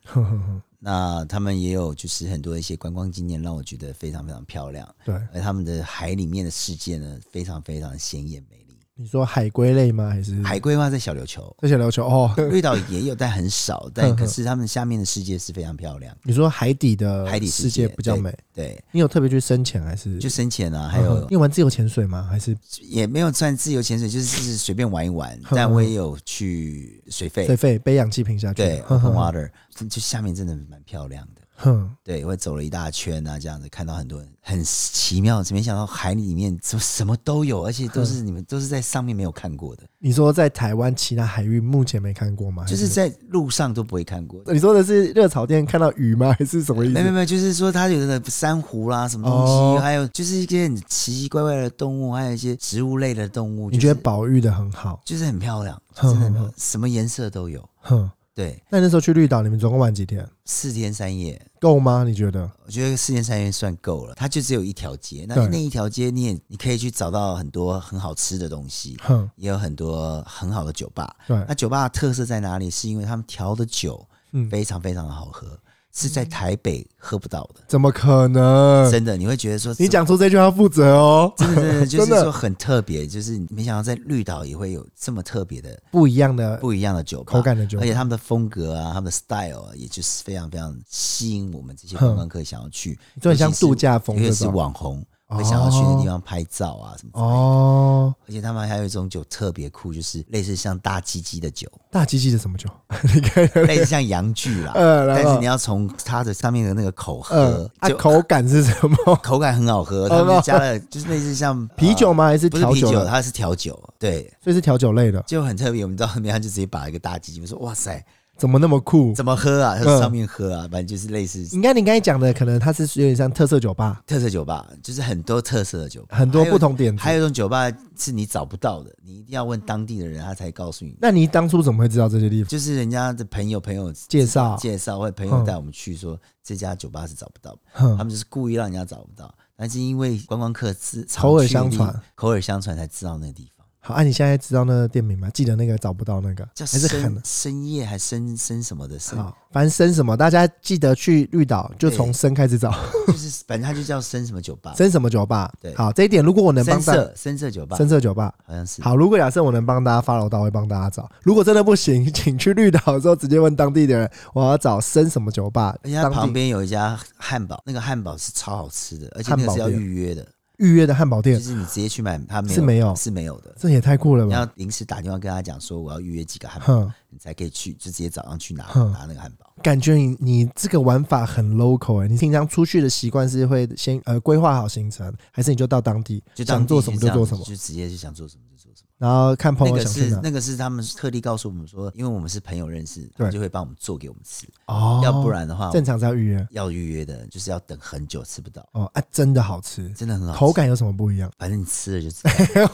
[SPEAKER 1] 那他们也有就是很多一些观光景点，让我觉得非常非常漂亮。
[SPEAKER 2] 对，
[SPEAKER 1] 而他们的海里面的世界呢，非常非常鲜艳美丽。
[SPEAKER 2] 你说海龟类吗？还是
[SPEAKER 1] 海龟的话在小琉
[SPEAKER 2] *laughs*
[SPEAKER 1] 球，
[SPEAKER 2] 这些琉球？哦，
[SPEAKER 1] 绿岛也有，但很少。
[SPEAKER 2] 嗯
[SPEAKER 1] 但
[SPEAKER 2] *laughs* 嗯
[SPEAKER 1] 可是他们下面的世界是非常漂亮。
[SPEAKER 2] 你说海底的
[SPEAKER 1] 海底世
[SPEAKER 2] 世界
[SPEAKER 1] 界
[SPEAKER 2] 比较
[SPEAKER 1] 对
[SPEAKER 2] 美。
[SPEAKER 1] 对，
[SPEAKER 2] 你有特别去深潜还是？嗯
[SPEAKER 1] 就是深潜啊，还有
[SPEAKER 2] 你有玩自由潜水吗？还是。
[SPEAKER 1] 也没有算自由潜水，就是就是随便玩一玩但我也有去水
[SPEAKER 2] 嗯水
[SPEAKER 1] 费，
[SPEAKER 2] 肺背氧气瓶下去？
[SPEAKER 1] 对
[SPEAKER 2] 哼
[SPEAKER 1] ，open
[SPEAKER 2] 哼
[SPEAKER 1] water，就下面真的蛮漂亮的。
[SPEAKER 2] 哼，
[SPEAKER 1] 对，我也走了一大圈啊，这样子看到很多人很奇妙，没想到海里面怎么什么都有，而且都
[SPEAKER 2] 嗯
[SPEAKER 1] 是你们都是在上面没有看过的，
[SPEAKER 2] 你说在台湾其他海域目前没看过吗？还
[SPEAKER 1] 就是在路上都不会看过。
[SPEAKER 2] 你说的是热炒店看到鱼吗？ *laughs* 还是什么意
[SPEAKER 1] 没没
[SPEAKER 2] 思？
[SPEAKER 1] 没，就是说它有的珊瑚啦、什么东西，
[SPEAKER 2] 哦
[SPEAKER 1] 还有就是一些很奇奇怪怪的动物，还有一些植物类的动物，
[SPEAKER 2] 你
[SPEAKER 1] 就
[SPEAKER 2] 觉
[SPEAKER 1] 是
[SPEAKER 2] 得保育的很好？
[SPEAKER 1] 就是很漂
[SPEAKER 2] *laughs*
[SPEAKER 1] 亮，真的很漂
[SPEAKER 2] 哼哼
[SPEAKER 1] 亮，什么颜色都有。
[SPEAKER 2] 哼，
[SPEAKER 1] 对，
[SPEAKER 2] 那你那时候去绿岛，你们总共玩几天？
[SPEAKER 1] 四天三夜，
[SPEAKER 2] 够吗？你觉得？
[SPEAKER 1] 我觉得四天三夜算够了，它就只有一条街，那
[SPEAKER 2] 对
[SPEAKER 1] 那一条街你也你可以去找到很多很好吃的东西，
[SPEAKER 2] 哼，
[SPEAKER 1] 也有很多很好的酒吧。
[SPEAKER 2] 对
[SPEAKER 1] 那，酒吧的特色在哪里？是因为他们调的酒
[SPEAKER 2] 嗯，
[SPEAKER 1] 非常非常的好喝，是在台北喝不到的，
[SPEAKER 2] 怎么可能？
[SPEAKER 1] 真的，你会觉得说
[SPEAKER 2] 嗯你。讲出这句话要负责哦，
[SPEAKER 1] 真的，真的
[SPEAKER 2] *laughs*
[SPEAKER 1] 嗯就是
[SPEAKER 2] 真的
[SPEAKER 1] 说很特别，就是你没想到在绿岛也会有这么特别的、
[SPEAKER 2] 不一样的
[SPEAKER 1] 不一样的哎酒吧，
[SPEAKER 2] 口感的酒
[SPEAKER 1] 而，且他们的风格啊，他们的 style 啊，也就是非常非常吸引我们这些观光客想要去，
[SPEAKER 2] 就很像度假风
[SPEAKER 1] 尤
[SPEAKER 2] 这
[SPEAKER 1] 其是
[SPEAKER 2] 种。
[SPEAKER 1] 网红会想要去的地
[SPEAKER 2] 哦
[SPEAKER 1] 方拍照啊什么之类的。
[SPEAKER 2] 哦，
[SPEAKER 1] 而且他们还有一种酒特别酷，就是类似像大鸡鸡
[SPEAKER 2] *laughs*
[SPEAKER 1] 的酒，
[SPEAKER 2] 大鸡鸡的什么酒？你看，
[SPEAKER 1] 类似像洋剧啦，
[SPEAKER 2] 呃，然
[SPEAKER 1] 但是
[SPEAKER 2] 后
[SPEAKER 1] 你，要从它的上面的那个口
[SPEAKER 2] 呃
[SPEAKER 1] 喝，，
[SPEAKER 2] 啊，
[SPEAKER 1] 就
[SPEAKER 2] 口感是什么？
[SPEAKER 1] *laughs* 口感很好喝，他们加了就是类似像
[SPEAKER 2] 啤酒
[SPEAKER 1] 呃
[SPEAKER 2] 吗？还是
[SPEAKER 1] 不是
[SPEAKER 2] 调
[SPEAKER 1] 啤
[SPEAKER 2] 酒
[SPEAKER 1] 酒，
[SPEAKER 2] 的？
[SPEAKER 1] 它是调酒，对，
[SPEAKER 2] 所以是调酒类的，
[SPEAKER 1] 就很特别。我们到那边他就直接把一个大鸡鸡，我说哇塞，
[SPEAKER 2] 怎么那么酷？
[SPEAKER 1] 怎么喝啊？他
[SPEAKER 2] 嗯
[SPEAKER 1] 说上面喝啊，反正就是类似
[SPEAKER 2] 应该你刚才讲的，可能它是有点像特色酒吧，
[SPEAKER 1] 特色酒吧，就是很多特色的酒吧，
[SPEAKER 2] 很多
[SPEAKER 1] 还有
[SPEAKER 2] 不。同点子
[SPEAKER 1] 还。有一种酒吧是你找不到的，你一定要问当地的人，他才告诉你。
[SPEAKER 2] 那你当初怎么会知道这些地方？
[SPEAKER 1] 就是人家的朋友朋友
[SPEAKER 2] 介绍
[SPEAKER 1] 介绍，或者朋友带我们去说这家酒吧是找不到的，他
[SPEAKER 2] 哼，
[SPEAKER 1] 们就是故意让人家找不到，但是因为观光客自
[SPEAKER 2] 口耳相传，
[SPEAKER 1] 常去的地口耳相传才知道那个地方
[SPEAKER 2] 好，啊，你现在知道那个店名吗？记得那个找不到那个，
[SPEAKER 1] 叫
[SPEAKER 2] 还是很
[SPEAKER 1] 深深夜还深深什么的深，
[SPEAKER 2] 好，反正生什么，大家记得去绿岛就
[SPEAKER 1] 对
[SPEAKER 2] 从生开始找，
[SPEAKER 1] 就是反正它就叫深什么酒吧，
[SPEAKER 2] 生什么酒吧。
[SPEAKER 1] 对
[SPEAKER 2] 好，这一点如果我能帮
[SPEAKER 1] 深
[SPEAKER 2] 大
[SPEAKER 1] 色深色酒吧，
[SPEAKER 2] 深色酒吧。
[SPEAKER 1] 好像是
[SPEAKER 2] 好，如果假设我能帮大家 follow 到，我会帮大家找。如果真的不行， *laughs* 请去绿岛的时候直接问当地的人，我要找生什么酒吧。
[SPEAKER 1] 而且它
[SPEAKER 2] 当
[SPEAKER 1] 哎旁
[SPEAKER 2] 地
[SPEAKER 1] 边有一家汉堡，那个汉堡是超好吃的，而且那
[SPEAKER 2] 汉
[SPEAKER 1] 个
[SPEAKER 2] 堡
[SPEAKER 1] 是
[SPEAKER 2] 店
[SPEAKER 1] 要预约的，
[SPEAKER 2] 预约的汉堡
[SPEAKER 1] 就
[SPEAKER 2] 店，
[SPEAKER 1] 是你直接去买，他没有
[SPEAKER 2] 是没有
[SPEAKER 1] 是没有的。
[SPEAKER 2] 这也太酷了
[SPEAKER 1] 你要
[SPEAKER 2] 吧！
[SPEAKER 1] 临时打电话跟他讲说我要预约几个汉堡，
[SPEAKER 2] 哼，
[SPEAKER 1] 你才可以去，就直接早上去拿
[SPEAKER 2] 哼
[SPEAKER 1] 拿那个汉堡。
[SPEAKER 2] 感觉你你这个玩法很 local 哎、你平常出去的习惯是会先呃规划好行程，还是你就到当地
[SPEAKER 1] 就当
[SPEAKER 2] 想
[SPEAKER 1] 地
[SPEAKER 2] 做什么
[SPEAKER 1] 这
[SPEAKER 2] 就
[SPEAKER 1] 样
[SPEAKER 2] 做
[SPEAKER 1] 子
[SPEAKER 2] 什么，
[SPEAKER 1] 就直接就想做什么就做什么。
[SPEAKER 2] 然后看朋
[SPEAKER 1] 那
[SPEAKER 2] 友
[SPEAKER 1] 个
[SPEAKER 2] 想去
[SPEAKER 1] 是
[SPEAKER 2] 哪？
[SPEAKER 1] 那个是他们特地告诉我们说，因为我们是朋友认识，他们就会帮我们做给我们吃，
[SPEAKER 2] 哦，
[SPEAKER 1] 要不然的话
[SPEAKER 2] 正常是要预约
[SPEAKER 1] 要预约的，就是要等很久吃不到，
[SPEAKER 2] 哦啊，真的好吃，
[SPEAKER 1] 真的很好吃
[SPEAKER 2] 口，感有什么不一样？ *laughs*
[SPEAKER 1] 反正你吃了就知道。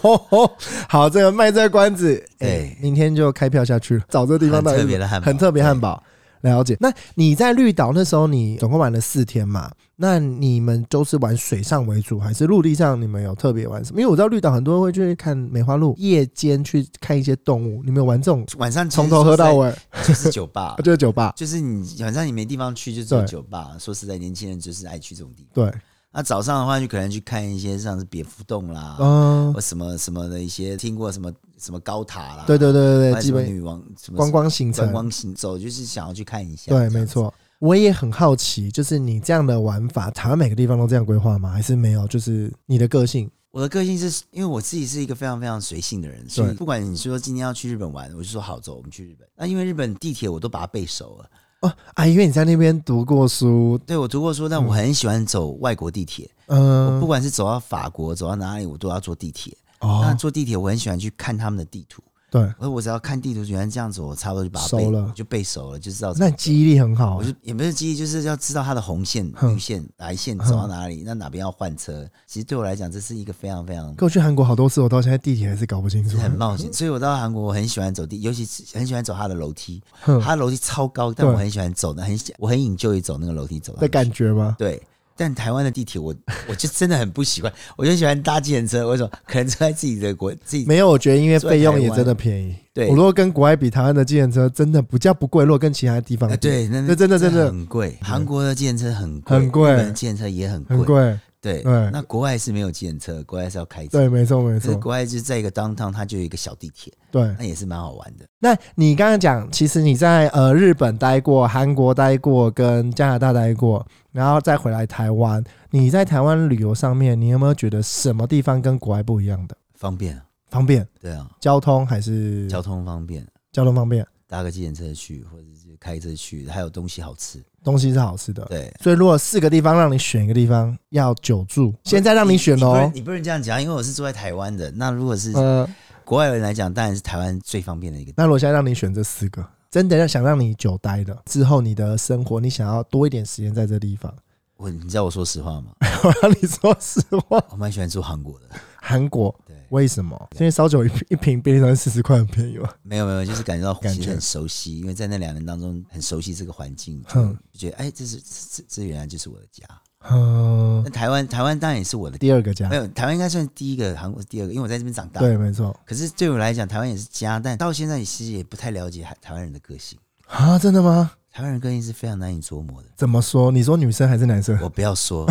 [SPEAKER 2] 好，这个卖这个关子，哎、
[SPEAKER 1] 对
[SPEAKER 2] 明天就开票下去了，找 *laughs* 这地方到底
[SPEAKER 1] 很特别的汉堡
[SPEAKER 2] 很特别汉堡。了解。那你在绿岛那时候，你总共玩了四天嘛？那你们都是玩水上为主，还是陆地上？你们有特别玩什么？因为我知道绿岛很多人会去看梅花鹿，夜间去看一些动物。你们有玩这种
[SPEAKER 1] 晚上其实
[SPEAKER 2] 从头喝到尾？，
[SPEAKER 1] 说实在就是酒吧
[SPEAKER 2] 就是酒吧，
[SPEAKER 1] 就是你晚上你没地方去，就只有
[SPEAKER 2] 对
[SPEAKER 1] 酒吧。说实在，年轻人就是爱去这种地方。
[SPEAKER 2] 对，
[SPEAKER 1] 那早上的话，就可能去看一些像是蝙蝠洞啦，
[SPEAKER 2] 嗯、
[SPEAKER 1] 或什么什么的一些，听过什么什么高塔啦，
[SPEAKER 2] 对对对对
[SPEAKER 1] 还有
[SPEAKER 2] 对，基
[SPEAKER 1] 什么
[SPEAKER 2] 本
[SPEAKER 1] 女王什么
[SPEAKER 2] 观光行程
[SPEAKER 1] 观，光行走，就是想要去看一下。
[SPEAKER 2] 对，
[SPEAKER 1] 这
[SPEAKER 2] 没
[SPEAKER 1] 样子。
[SPEAKER 2] 错。我也很好奇，就是你这样的玩法，台湾每个地方都这样规划吗？还是没有？就是你的个性，
[SPEAKER 1] 我的个性是因为我自己是一个非常非常随性的人，所以不管你说今天要去日本玩，我就说好走，我们去日本。那因为日本地铁我都把它背熟了，
[SPEAKER 2] 啊，因为你在那边读过书，
[SPEAKER 1] 对我读过书，但我很喜欢走外国地铁，
[SPEAKER 2] 嗯、
[SPEAKER 1] 我不管是走到法国，走到哪里，我都要坐地铁。那
[SPEAKER 2] 哦，
[SPEAKER 1] 坐地铁我很喜欢去看他们的地图，
[SPEAKER 2] 对，
[SPEAKER 1] 而我只要看地图，原来这样子，我差不多就把它背
[SPEAKER 2] 熟了
[SPEAKER 1] 就背熟了，就知道怎么
[SPEAKER 2] 那你记忆力很好
[SPEAKER 1] 我，就也不是记忆，就是要知道它的红线、
[SPEAKER 2] 哼
[SPEAKER 1] 绿线、白线走到哪里，那哪边要换车。其实对我来讲，这是一个非常非常
[SPEAKER 2] 跟我去韩国好多次，我到现在地铁还是搞不清楚
[SPEAKER 1] *laughs* 是。很冒险。所以我到韩国，我很喜欢走地，尤其是很喜欢走它的楼梯。
[SPEAKER 2] 哼 *laughs*
[SPEAKER 1] 它的楼梯超高，但
[SPEAKER 2] 对
[SPEAKER 1] 我很喜欢走的，很喜我很引咎于走那个楼梯走上去
[SPEAKER 2] 的感觉
[SPEAKER 1] *laughs*
[SPEAKER 2] 吗？
[SPEAKER 1] 对。但台湾的地铁我，我就真的很不习惯，我就喜欢搭计程车。为什么？可能坐在自己的国自己
[SPEAKER 2] 没有，我觉得因为费用也真的便宜。
[SPEAKER 1] 对
[SPEAKER 2] 我如果跟国外比，台湾的计程车真的比较不贵，如果跟其他地方
[SPEAKER 1] 啊，
[SPEAKER 2] 比，
[SPEAKER 1] 对，那
[SPEAKER 2] 那真的真的嗯
[SPEAKER 1] 很贵。韩国的计程车很贵，
[SPEAKER 2] 很贵
[SPEAKER 1] 日本的计程车也很贵。
[SPEAKER 2] 很贵。
[SPEAKER 1] 对，
[SPEAKER 2] 对
[SPEAKER 1] 那国外是没有计程车，国外是要开车。
[SPEAKER 2] 对，没错没
[SPEAKER 1] 可是
[SPEAKER 2] 错，
[SPEAKER 1] 国外就是在一个 downtown，它就有一个小地铁，
[SPEAKER 2] 对。
[SPEAKER 1] 那也是蛮好玩的。
[SPEAKER 2] 那你刚刚讲，其实你在呃日本待过、韩国待过、跟加拿大待过，然后再回来台湾。你在台湾旅游上面，你有没有觉得什么地方跟国外不一样的？
[SPEAKER 1] 方便啊，
[SPEAKER 2] 方便，
[SPEAKER 1] 对啊，
[SPEAKER 2] 交通还是
[SPEAKER 1] 交通方便，
[SPEAKER 2] 交通方便，
[SPEAKER 1] 搭个计程车去，或者是开车去，还有东西好吃。
[SPEAKER 2] 东西是好吃的。
[SPEAKER 1] 对，
[SPEAKER 2] 所以如果四个地方让你选一个地方，要久住，现在让你选
[SPEAKER 1] 你不
[SPEAKER 2] 哦
[SPEAKER 1] 能。你不能这样讲，因为我是住在台湾的。那如果是
[SPEAKER 2] 呃，
[SPEAKER 1] 国外人来讲，当然是台湾最方便的一个。
[SPEAKER 2] 那如果现在让你选这四个，真的要想让你久待的，之后你的生活你想要多一点时间在这地方， *laughs*
[SPEAKER 1] 我你知道我说实话吗？
[SPEAKER 2] 我让你说实话，
[SPEAKER 1] 我蛮喜欢住韩国的。
[SPEAKER 2] 韩国
[SPEAKER 1] 对，
[SPEAKER 2] 为什么？因为烧酒一瓶一瓶便利商店四十块很便宜嘛。
[SPEAKER 1] 没有没有，就是感觉到
[SPEAKER 2] 感觉
[SPEAKER 1] 其实很熟悉，因为在那两年当中很熟悉这个环境，就
[SPEAKER 2] 哼
[SPEAKER 1] 就觉得哎，这是这这这原来就是我的家。
[SPEAKER 2] 嗯
[SPEAKER 1] 那，台湾台湾当然也是我的，
[SPEAKER 2] 第二个家
[SPEAKER 1] 呃没，有台湾应该算第一个，韩国是第二个，因为我在这边长大。
[SPEAKER 2] 对，没错
[SPEAKER 1] 可是对我来讲，台湾也是家，但到现在其实也不太了解台台湾人的个性。
[SPEAKER 2] 啊，真的吗？
[SPEAKER 1] 台湾人个性是非常难以琢磨
[SPEAKER 2] *laughs*
[SPEAKER 1] 的。
[SPEAKER 2] 怎么说？你说女生还是男生？
[SPEAKER 1] 我不要说，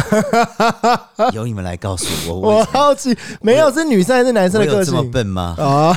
[SPEAKER 1] 由你们来告诉
[SPEAKER 2] *laughs*
[SPEAKER 1] 我，我
[SPEAKER 2] 我好奇，没有是女生还是男生
[SPEAKER 1] 我
[SPEAKER 2] 的个
[SPEAKER 1] 有这么
[SPEAKER 2] 性
[SPEAKER 1] 笨吗？
[SPEAKER 2] 啊？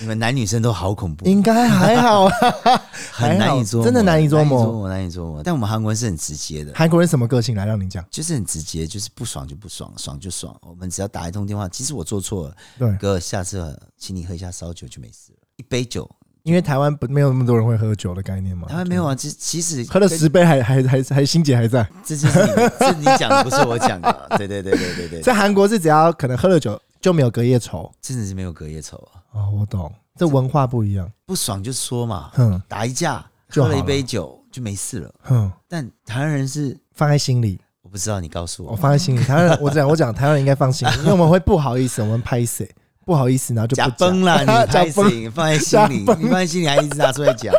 [SPEAKER 1] 你们男女生都好恐怖，
[SPEAKER 2] 应该还好啊， *laughs*
[SPEAKER 1] 很难以琢磨，
[SPEAKER 2] 真的难以琢磨。
[SPEAKER 1] 磨，难以琢磨。但我们韩国人是很直接的，
[SPEAKER 2] 韩国人什么个性来让你讲？
[SPEAKER 1] 就是很直接，就是不爽就不爽，爽就爽。我们只要打一通电话，其实我做错了，
[SPEAKER 2] 对，
[SPEAKER 1] 哥，下次请你喝一下烧酒就没事了，一杯酒。
[SPEAKER 2] 因为台湾不没有那么多人会喝酒的概念嘛。
[SPEAKER 1] 台湾没有啊，其其实
[SPEAKER 2] 喝了十杯还还还还心姐还在，
[SPEAKER 1] 这就是你们，这你讲的不是我讲的，啊对对对对对对，
[SPEAKER 2] 在韩国是只要可能喝了酒就没有隔夜仇
[SPEAKER 1] 真的是没有隔夜仇啊，
[SPEAKER 2] 哦，我懂，这文化不一样。
[SPEAKER 1] 不爽就说嘛，
[SPEAKER 2] 哼
[SPEAKER 1] 打一架，
[SPEAKER 2] 就
[SPEAKER 1] 喝
[SPEAKER 2] 好了
[SPEAKER 1] 了一杯酒就没事了。
[SPEAKER 2] 哼，
[SPEAKER 1] 但台湾人是
[SPEAKER 2] 放在心里，
[SPEAKER 1] 我不知道，你告诉
[SPEAKER 2] 我
[SPEAKER 1] 我，
[SPEAKER 2] 放在心里。台湾
[SPEAKER 1] *laughs*
[SPEAKER 2] 人，我讲我讲台湾人应该放心，因为我们会不好意思，我们拍谁不好意思，然后就
[SPEAKER 1] 假
[SPEAKER 2] 不讲
[SPEAKER 1] 崩。
[SPEAKER 2] *laughs*
[SPEAKER 1] 啦，你
[SPEAKER 2] 假
[SPEAKER 1] 拍
[SPEAKER 2] 崩
[SPEAKER 1] 死你放在心里，你
[SPEAKER 2] 假
[SPEAKER 1] 放在心里还一直拿出来讲。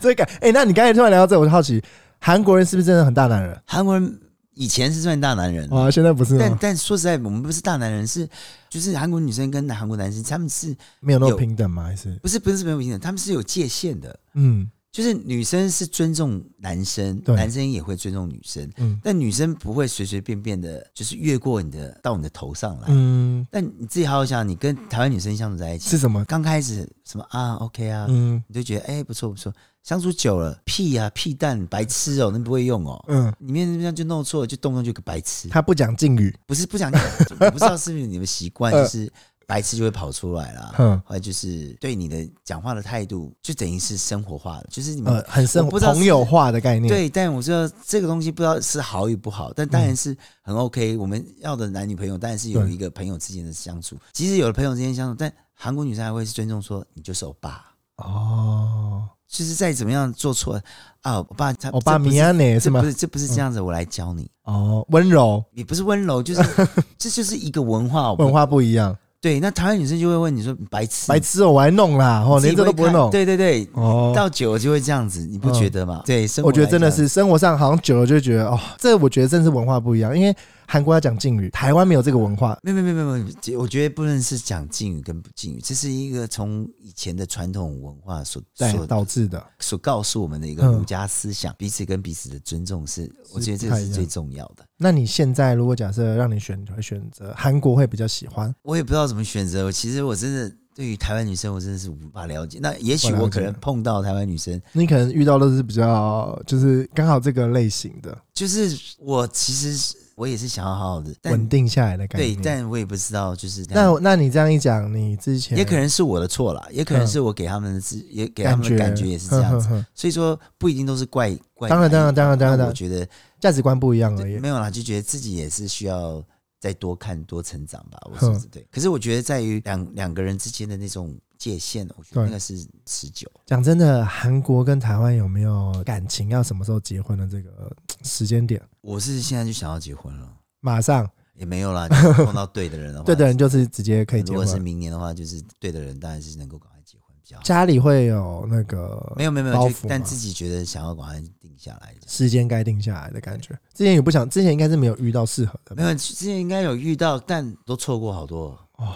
[SPEAKER 2] 这个哎、那你刚才突然聊到这，我就好奇，韩国人是不是真的很大男人
[SPEAKER 1] 韩国人以前是算大男人，
[SPEAKER 2] 啊？现在不是
[SPEAKER 1] 嗯但
[SPEAKER 2] 吗？
[SPEAKER 1] 但说实在，我们不是大男人，是就是韩国女生跟韩国男生，他们是
[SPEAKER 2] 没有那么
[SPEAKER 1] 有
[SPEAKER 2] 平等吗？还是
[SPEAKER 1] 不是不是没有平等，他们是有界限的。
[SPEAKER 2] 嗯，
[SPEAKER 1] 就是女生是尊重男生，
[SPEAKER 2] 对
[SPEAKER 1] 男生也会尊重女生，
[SPEAKER 2] 嗯
[SPEAKER 1] 但女生不会随随便便的，就是越过你的到你的头上来。
[SPEAKER 2] 嗯，
[SPEAKER 1] 但你自己好好想，你跟台湾女生相处在一起
[SPEAKER 2] 是，什么？
[SPEAKER 1] 刚开始什么啊，OK 啊，
[SPEAKER 2] 嗯
[SPEAKER 1] 你就觉得哎、不错不错，相处久了，屁啊屁蛋白痴哦、那不会用哦、
[SPEAKER 2] 嗯，
[SPEAKER 1] 里面这样就弄错了，就动不动就个白痴，
[SPEAKER 2] 他不讲敬语，
[SPEAKER 1] 不是不想讲，我不知道是不是你们习
[SPEAKER 2] *laughs*
[SPEAKER 1] 惯，
[SPEAKER 2] 呃
[SPEAKER 1] 就是白痴就会跑出来啦。 *laughs*
[SPEAKER 2] 哼，
[SPEAKER 1] 后来就是对你的讲话的态度，就等于是生活化了，就是你们、
[SPEAKER 2] 呃，很生
[SPEAKER 1] 我不知道是
[SPEAKER 2] 朋友化的概念，，
[SPEAKER 1] 对，但我知道这个东西不知道是好与不好，但当然是很 OK、我们要的男女朋友当然是有
[SPEAKER 2] 嗯对
[SPEAKER 1] 一个朋友之间的相处，即使有了朋友之间相处，但韩国女生还会是尊重说你就是欧巴，
[SPEAKER 2] 哦，
[SPEAKER 1] 就是再怎么样做错啊，我爸他
[SPEAKER 2] 我爸
[SPEAKER 1] 这不
[SPEAKER 2] 米
[SPEAKER 1] 是
[SPEAKER 2] 安呢是
[SPEAKER 1] 这
[SPEAKER 2] 吗嗯
[SPEAKER 1] 不？是这不是这样子，我来教你，
[SPEAKER 2] 哦，温柔
[SPEAKER 1] 也不是温柔，
[SPEAKER 2] *laughs*
[SPEAKER 1] 就是这就是一个文化，我不
[SPEAKER 2] 文化不一样，
[SPEAKER 1] 对。那台湾女生就会问你说你白痴，
[SPEAKER 2] 白痴哦，我还弄啦，哦，
[SPEAKER 1] 你自己
[SPEAKER 2] 连这都不会
[SPEAKER 1] 看
[SPEAKER 2] 弄，
[SPEAKER 1] 对对对，
[SPEAKER 2] 哦，
[SPEAKER 1] 到久了就会这样子，你不
[SPEAKER 2] 嗯
[SPEAKER 1] 觉得吗？对，生活
[SPEAKER 2] 我觉得
[SPEAKER 1] 来
[SPEAKER 2] 真的
[SPEAKER 1] 讲
[SPEAKER 2] 是生活上好像久了就觉得哦，这我觉得真是文化不一样，因为韩国要讲敬语，台湾没有这个文化。
[SPEAKER 1] 没有没有没有没有这，我觉得不论是讲敬语跟不敬语，这是一个从以前的传统文化所
[SPEAKER 2] 对，
[SPEAKER 1] 所
[SPEAKER 2] 导致的，
[SPEAKER 1] 所告诉我们的一个
[SPEAKER 2] 嗯
[SPEAKER 1] 儒家思想，彼此跟彼此的尊重是，我
[SPEAKER 2] 是
[SPEAKER 1] 觉得这
[SPEAKER 2] 不
[SPEAKER 1] 个
[SPEAKER 2] 太
[SPEAKER 1] 是
[SPEAKER 2] 一样
[SPEAKER 1] 最重要的。
[SPEAKER 2] 那你现在如果假设让你选，你会选择韩国会比较喜欢？
[SPEAKER 1] 我也不知道怎么选择，我其实我真的对于台湾女生，我真的是无法了解。那也许
[SPEAKER 2] 我了解
[SPEAKER 1] 我可能碰到台湾女生，
[SPEAKER 2] 你可能遇到的是比较就是刚好这个类型的
[SPEAKER 1] 就是我其实是我也是想要好好的，但
[SPEAKER 2] 稳定下来的概
[SPEAKER 1] 对
[SPEAKER 2] 念。，，
[SPEAKER 1] 但我也不知道就是台湾
[SPEAKER 2] 那那你这样一讲，你之前
[SPEAKER 1] 也可能是我的错啦，也可
[SPEAKER 2] 嗯
[SPEAKER 1] 能是我给他们的自，也给他们的感觉也是这样子。
[SPEAKER 2] 哼哼
[SPEAKER 1] 所以说不一定都是怪怪
[SPEAKER 2] 当然
[SPEAKER 1] 哪一
[SPEAKER 2] 当然当
[SPEAKER 1] 方
[SPEAKER 2] 然当然哦
[SPEAKER 1] 但我觉得
[SPEAKER 2] 哼价值观不一样而
[SPEAKER 1] 对
[SPEAKER 2] 已。
[SPEAKER 1] 没有啦，就觉得自己也是需要再多看多成长吧。我说
[SPEAKER 2] 哼
[SPEAKER 1] 是对，可是我觉得在于两两个人之间的那种界限，我觉得
[SPEAKER 2] 对
[SPEAKER 1] 那个是持久。
[SPEAKER 2] 讲真的，韩国跟台湾有没有感情要什么时候结婚的这个呃时间点？
[SPEAKER 1] 我是现在就想要结婚了，
[SPEAKER 2] 马上
[SPEAKER 1] 也没有啦，就是碰到对的人的话，
[SPEAKER 2] *laughs* 对的人就是直接可以结
[SPEAKER 1] 如果是
[SPEAKER 2] 婚。
[SPEAKER 1] 明年的话，就是对的人当然是能够赶快结婚比较好。
[SPEAKER 2] 家里会有那个
[SPEAKER 1] 没有没有没
[SPEAKER 2] 包
[SPEAKER 1] 有，
[SPEAKER 2] 袱
[SPEAKER 1] 就但
[SPEAKER 2] 嘛
[SPEAKER 1] 自己觉得想要赶快定下来。
[SPEAKER 2] 时间该定下来的感觉。之前也不想，之前应该是没有遇到适合的
[SPEAKER 1] 没
[SPEAKER 2] 吧。
[SPEAKER 1] 有，之前应该有遇到，但都错过好多哦，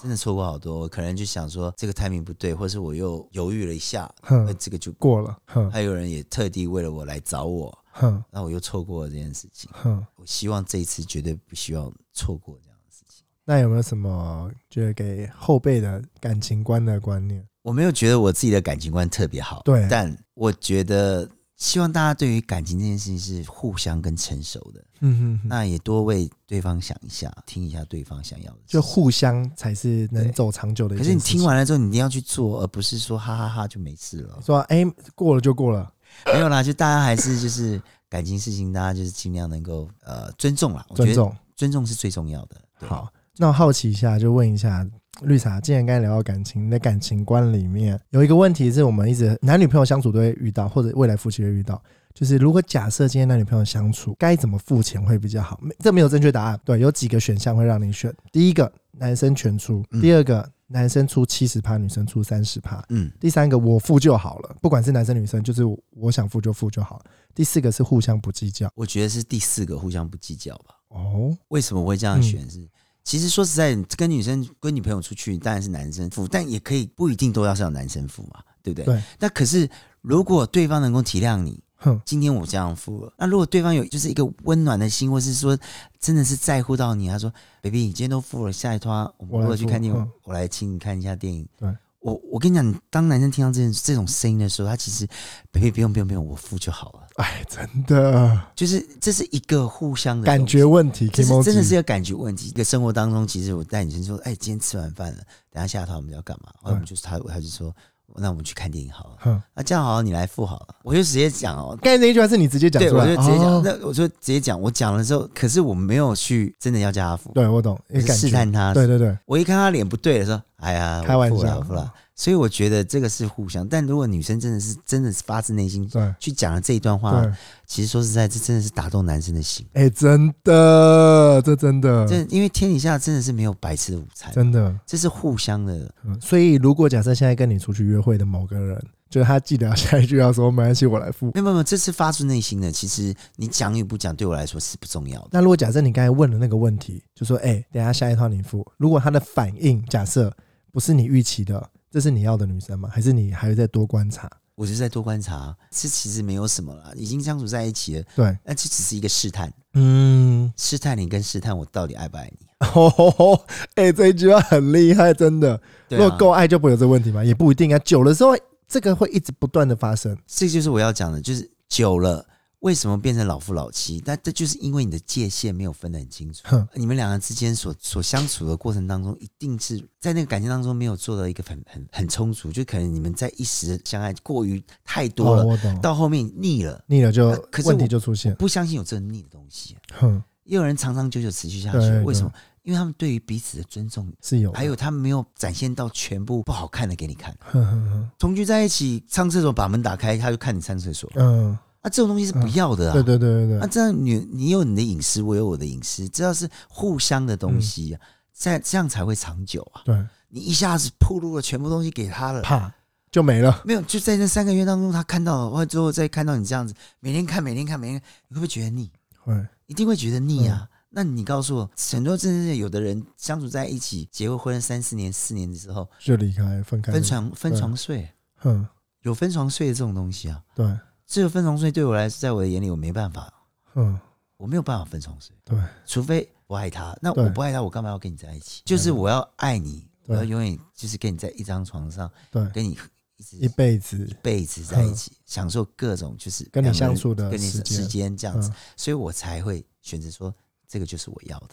[SPEAKER 1] 真的错过好多。我可能就想说这个 timing 不对，或是我又犹豫了一下，那
[SPEAKER 2] 哼，
[SPEAKER 1] 这个就
[SPEAKER 2] 过了，哼
[SPEAKER 1] 还有人也特地为了我来找我，
[SPEAKER 2] 哼
[SPEAKER 1] 那我又错过了这件事情。
[SPEAKER 2] 哼。
[SPEAKER 1] 我希望这一次绝对不希望错过这样的事情。
[SPEAKER 2] 那有没有什么就是给后辈的感情观的观念？
[SPEAKER 1] 我没有觉得我自己的感情观特别好，
[SPEAKER 2] 对
[SPEAKER 1] 但我觉得希望大家对于感情这件事情是互相跟成熟的，
[SPEAKER 2] 嗯哼哼，
[SPEAKER 1] 那也多为对方想一下，听一下对方想要的是
[SPEAKER 2] 就
[SPEAKER 1] 什么，
[SPEAKER 2] 互相才是能
[SPEAKER 1] 对
[SPEAKER 2] 走长久的一
[SPEAKER 1] 可
[SPEAKER 2] 件
[SPEAKER 1] 是
[SPEAKER 2] 事情。
[SPEAKER 1] 你听完了之后，你一定要去做，而不是说哈哈哈就没事
[SPEAKER 2] *laughs*
[SPEAKER 1] 了。
[SPEAKER 2] 说，哎、过了就过了。
[SPEAKER 1] 没有啦，就大家还是就是感情事情，大家就是尽量能够呃尊重啦。我觉
[SPEAKER 2] 尊
[SPEAKER 1] 得
[SPEAKER 2] 重。
[SPEAKER 1] 尊重是最重要的。对，
[SPEAKER 2] 好，那我好奇一下，就问一下绿茶，既然刚才聊到感情，你的感情观里面有一个问题是我们一直男女朋友相处都会遇到，或者未来夫妻会遇到。就是如果假设今天男女朋友相处，该怎么付钱会比较好？没这没有正确答案。对，有几个选项会让你选：第一个，男生全出；
[SPEAKER 1] 嗯
[SPEAKER 2] 第二个，男生出七十趴，女生出三十趴；
[SPEAKER 1] 嗯，
[SPEAKER 2] 第三个，我付就好了，不管是男生女生，就是我我想付就付就好了；第四个是互相不计较。
[SPEAKER 1] 我觉得是第四个互相不计较吧。
[SPEAKER 2] 哦，
[SPEAKER 1] 为什么我会这样选
[SPEAKER 2] 嗯
[SPEAKER 1] 是？其实说实在，跟女生跟女朋友出去，当然是男生付，但也可以不一定都要是要男生付嘛，对不对？
[SPEAKER 2] 对。
[SPEAKER 1] 那可是如果对方能够体谅你， *laughs*
[SPEAKER 2] 哼，
[SPEAKER 1] 今天我这样付了，那如果对方有就是一个温暖的心，或是说真的是在乎到你，他说：“baby，你今天都付了，下一趟啊我们
[SPEAKER 2] 我来
[SPEAKER 1] 如果去
[SPEAKER 2] 付
[SPEAKER 1] 看电影，
[SPEAKER 2] 嗯
[SPEAKER 1] 我来请你看一下电影。”
[SPEAKER 2] 对，
[SPEAKER 1] 我我跟你讲，当男生听到这这种声音的时候，他其实，baby 不用不用不用，我付就好了。
[SPEAKER 2] 哎，真的。
[SPEAKER 1] 就是这是一个互相的
[SPEAKER 2] 感
[SPEAKER 1] 东西
[SPEAKER 2] 觉。问题，
[SPEAKER 1] 这是真的是
[SPEAKER 2] Kimoji
[SPEAKER 1] 一个感觉问题。一个生活当中，其实我带女生说：“哎，今天吃完饭了，等一下下一趟我们要干嘛？”后来我们就是他，他就说：“那我们去看电影好了。啊
[SPEAKER 2] 哼，
[SPEAKER 1] 那这样好了，你来付好了。”我就直接讲哦，
[SPEAKER 2] 刚才那一句话是你直接讲
[SPEAKER 1] 对，
[SPEAKER 2] 出
[SPEAKER 1] 我
[SPEAKER 2] 来，
[SPEAKER 1] 就直接讲，
[SPEAKER 2] 哦
[SPEAKER 1] 那我就直接讲，我讲了之后，可是我没有去真的要叫他付，
[SPEAKER 2] 对我懂，
[SPEAKER 1] 我
[SPEAKER 2] 也
[SPEAKER 1] 是
[SPEAKER 2] 感
[SPEAKER 1] 试
[SPEAKER 2] 觉，
[SPEAKER 1] 探啊他。
[SPEAKER 2] 对对对，
[SPEAKER 1] 我一看他脸不对的时候，哎呀，
[SPEAKER 2] 开玩
[SPEAKER 1] 我付了
[SPEAKER 2] 笑，嗯
[SPEAKER 1] 我付了。所以我觉得这个是互相，但如果女生真的是真的是发自内心
[SPEAKER 2] 对
[SPEAKER 1] 去讲了这一段话，
[SPEAKER 2] 对，
[SPEAKER 1] 其实说实在，这真的是打动男生的心。
[SPEAKER 2] 哎，真的，这真
[SPEAKER 1] 这
[SPEAKER 2] 的，
[SPEAKER 1] 因为天底下真的是没有白吃的午餐，
[SPEAKER 2] 嗯真的，
[SPEAKER 1] 这是互相的。
[SPEAKER 2] 嗯所以如果假设现在跟你出去约会的某个人，就是他记得下一句要说没关系，我来付。
[SPEAKER 1] 没有没有，没有这是发自内心的。其实你讲与不讲，对我来说是不重要的。
[SPEAKER 2] 那如果假设你刚才问的那个问题，就说哎，等一下下一套你付，如果他的反应假设不是你预期的，这是你要的女生吗？还是你还会再多观察？
[SPEAKER 1] 我就再多观察，这其实没有什么啦，已经相处在一起了，
[SPEAKER 2] 对，
[SPEAKER 1] 那这只是一个试探，
[SPEAKER 2] 嗯， *laughs*
[SPEAKER 1] 试探你跟试探我到底爱不爱你。
[SPEAKER 2] 哦 *laughs* 吼吼，哎，这一句话很厉害，真的。
[SPEAKER 1] 对
[SPEAKER 2] 如
[SPEAKER 1] 啊
[SPEAKER 2] 果够爱就不会有这个问题嘛，也不一定啊。久了之后，这个会一直不断的发生。
[SPEAKER 1] 这就是我要讲的，就是久了为什么变成老夫老妻？但这就是因为你的界限没有分得很清楚
[SPEAKER 2] 哼，
[SPEAKER 1] 你们两个之间所所相处的过程当中，一定是在那个感情当中没有做到一个很很很充足，就可能你们在一时相爱过于太多了，
[SPEAKER 2] 哦我懂。
[SPEAKER 1] 到后面腻了，
[SPEAKER 2] 腻了就
[SPEAKER 1] 呃可是我
[SPEAKER 2] 问题就出现。
[SPEAKER 1] 不相信有这种腻的东西，
[SPEAKER 2] 哼，
[SPEAKER 1] 也有人长长久久持续下去
[SPEAKER 2] 对，
[SPEAKER 1] 为什么？因为他们对于彼此的尊重，
[SPEAKER 2] 是有的。
[SPEAKER 1] 还有他们没有展现到全部不好看的给你看。
[SPEAKER 2] 哼哼哼，
[SPEAKER 1] 同居在一起，上厕所把门打开，他就看你上厕所，
[SPEAKER 2] 嗯，
[SPEAKER 1] 啊，这种东西是不要的啊。
[SPEAKER 2] 对对对对
[SPEAKER 1] 啊，
[SPEAKER 2] 对，
[SPEAKER 1] 这样你你有你的隐私，我有我的隐私，这要是互相的东西、
[SPEAKER 2] 嗯
[SPEAKER 1] 啊，这、这样才会长久啊！
[SPEAKER 2] 对，
[SPEAKER 1] 你一下子暴露了全部东西给他了，
[SPEAKER 2] 怕就没了。
[SPEAKER 1] 没有就在那三个月当中，他看到了，或者之后再看到你这样子，每天看，每天看，每天看，你会不会觉得腻？
[SPEAKER 2] 会，
[SPEAKER 1] 一定会觉得腻啊！
[SPEAKER 2] 嗯
[SPEAKER 1] 那你告诉我，很多真的是有的人相处在一起，结过婚三四年、四年之后，
[SPEAKER 2] 就离开分开。
[SPEAKER 1] 分床分
[SPEAKER 2] 对
[SPEAKER 1] 床睡，
[SPEAKER 2] 哼，
[SPEAKER 1] 有分床睡的这种东西啊，
[SPEAKER 2] 对，
[SPEAKER 1] 这个分床睡对我来说，在我的眼里我没办法，
[SPEAKER 2] 嗯，
[SPEAKER 1] 我没有办法分床睡。
[SPEAKER 2] 对，
[SPEAKER 1] 除非我爱他，那
[SPEAKER 2] 对
[SPEAKER 1] 我不爱他，我干嘛要跟你在一起？就是我要爱你，我
[SPEAKER 2] 对
[SPEAKER 1] 要永远就是跟你在一张床上，
[SPEAKER 2] 对，
[SPEAKER 1] 跟你一直
[SPEAKER 2] 一
[SPEAKER 1] 一
[SPEAKER 2] 辈子
[SPEAKER 1] 辈子在一起，享受各种就是
[SPEAKER 2] 跟你
[SPEAKER 1] 两个人
[SPEAKER 2] 相处的
[SPEAKER 1] 跟你
[SPEAKER 2] 时间
[SPEAKER 1] 时间这样子
[SPEAKER 2] 嗯，
[SPEAKER 1] 所以我才会选择说这个就是我要的。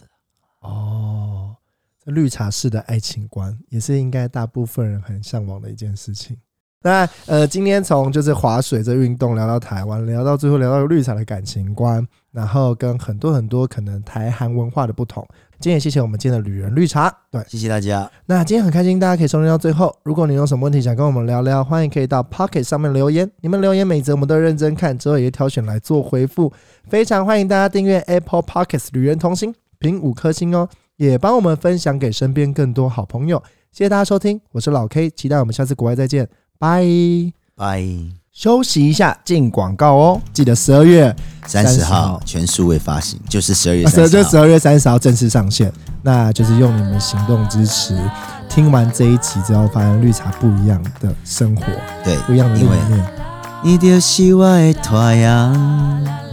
[SPEAKER 2] 哦。这绿茶式的爱情观也是应该大部分人很向往的一件事情。那呃，今天从就是划水这运动聊到台湾，聊到最后聊到绿茶的感情观，然后跟很多很多可能台韩文化的不同。今天也谢谢我们今天的旅人绿茶，对。
[SPEAKER 1] 谢谢大家，
[SPEAKER 2] 那今天很开心，大家可以收听到最后。如果你有什么问题想跟我们聊聊，欢迎可以到 Pocket 上面留言。你们留言每则我们都认真看，之后也挑选来做回复。非常欢迎大家订阅 Apple Pockets 旅人同心，评五颗星哦，也帮我们分享给身边更多好朋友。谢谢大家收听，我是老 K，期待我们下次国外再见，拜。
[SPEAKER 1] 拜。
[SPEAKER 2] 休息一下，进广告哦，记得十二月
[SPEAKER 1] 三
[SPEAKER 2] 30
[SPEAKER 1] 十
[SPEAKER 2] 号啊
[SPEAKER 1] 号全数位发行，就是啊十二月
[SPEAKER 2] 十
[SPEAKER 1] 三
[SPEAKER 2] 就
[SPEAKER 1] 十
[SPEAKER 2] 十
[SPEAKER 1] 号。
[SPEAKER 2] 二月三十号正式上线，那就是用你们的行动支持。听完这一集之后，发现绿茶不一样的生活，
[SPEAKER 1] 对，
[SPEAKER 2] 不一样的理
[SPEAKER 1] 因为
[SPEAKER 2] 念。
[SPEAKER 1] 你就是我的太阳，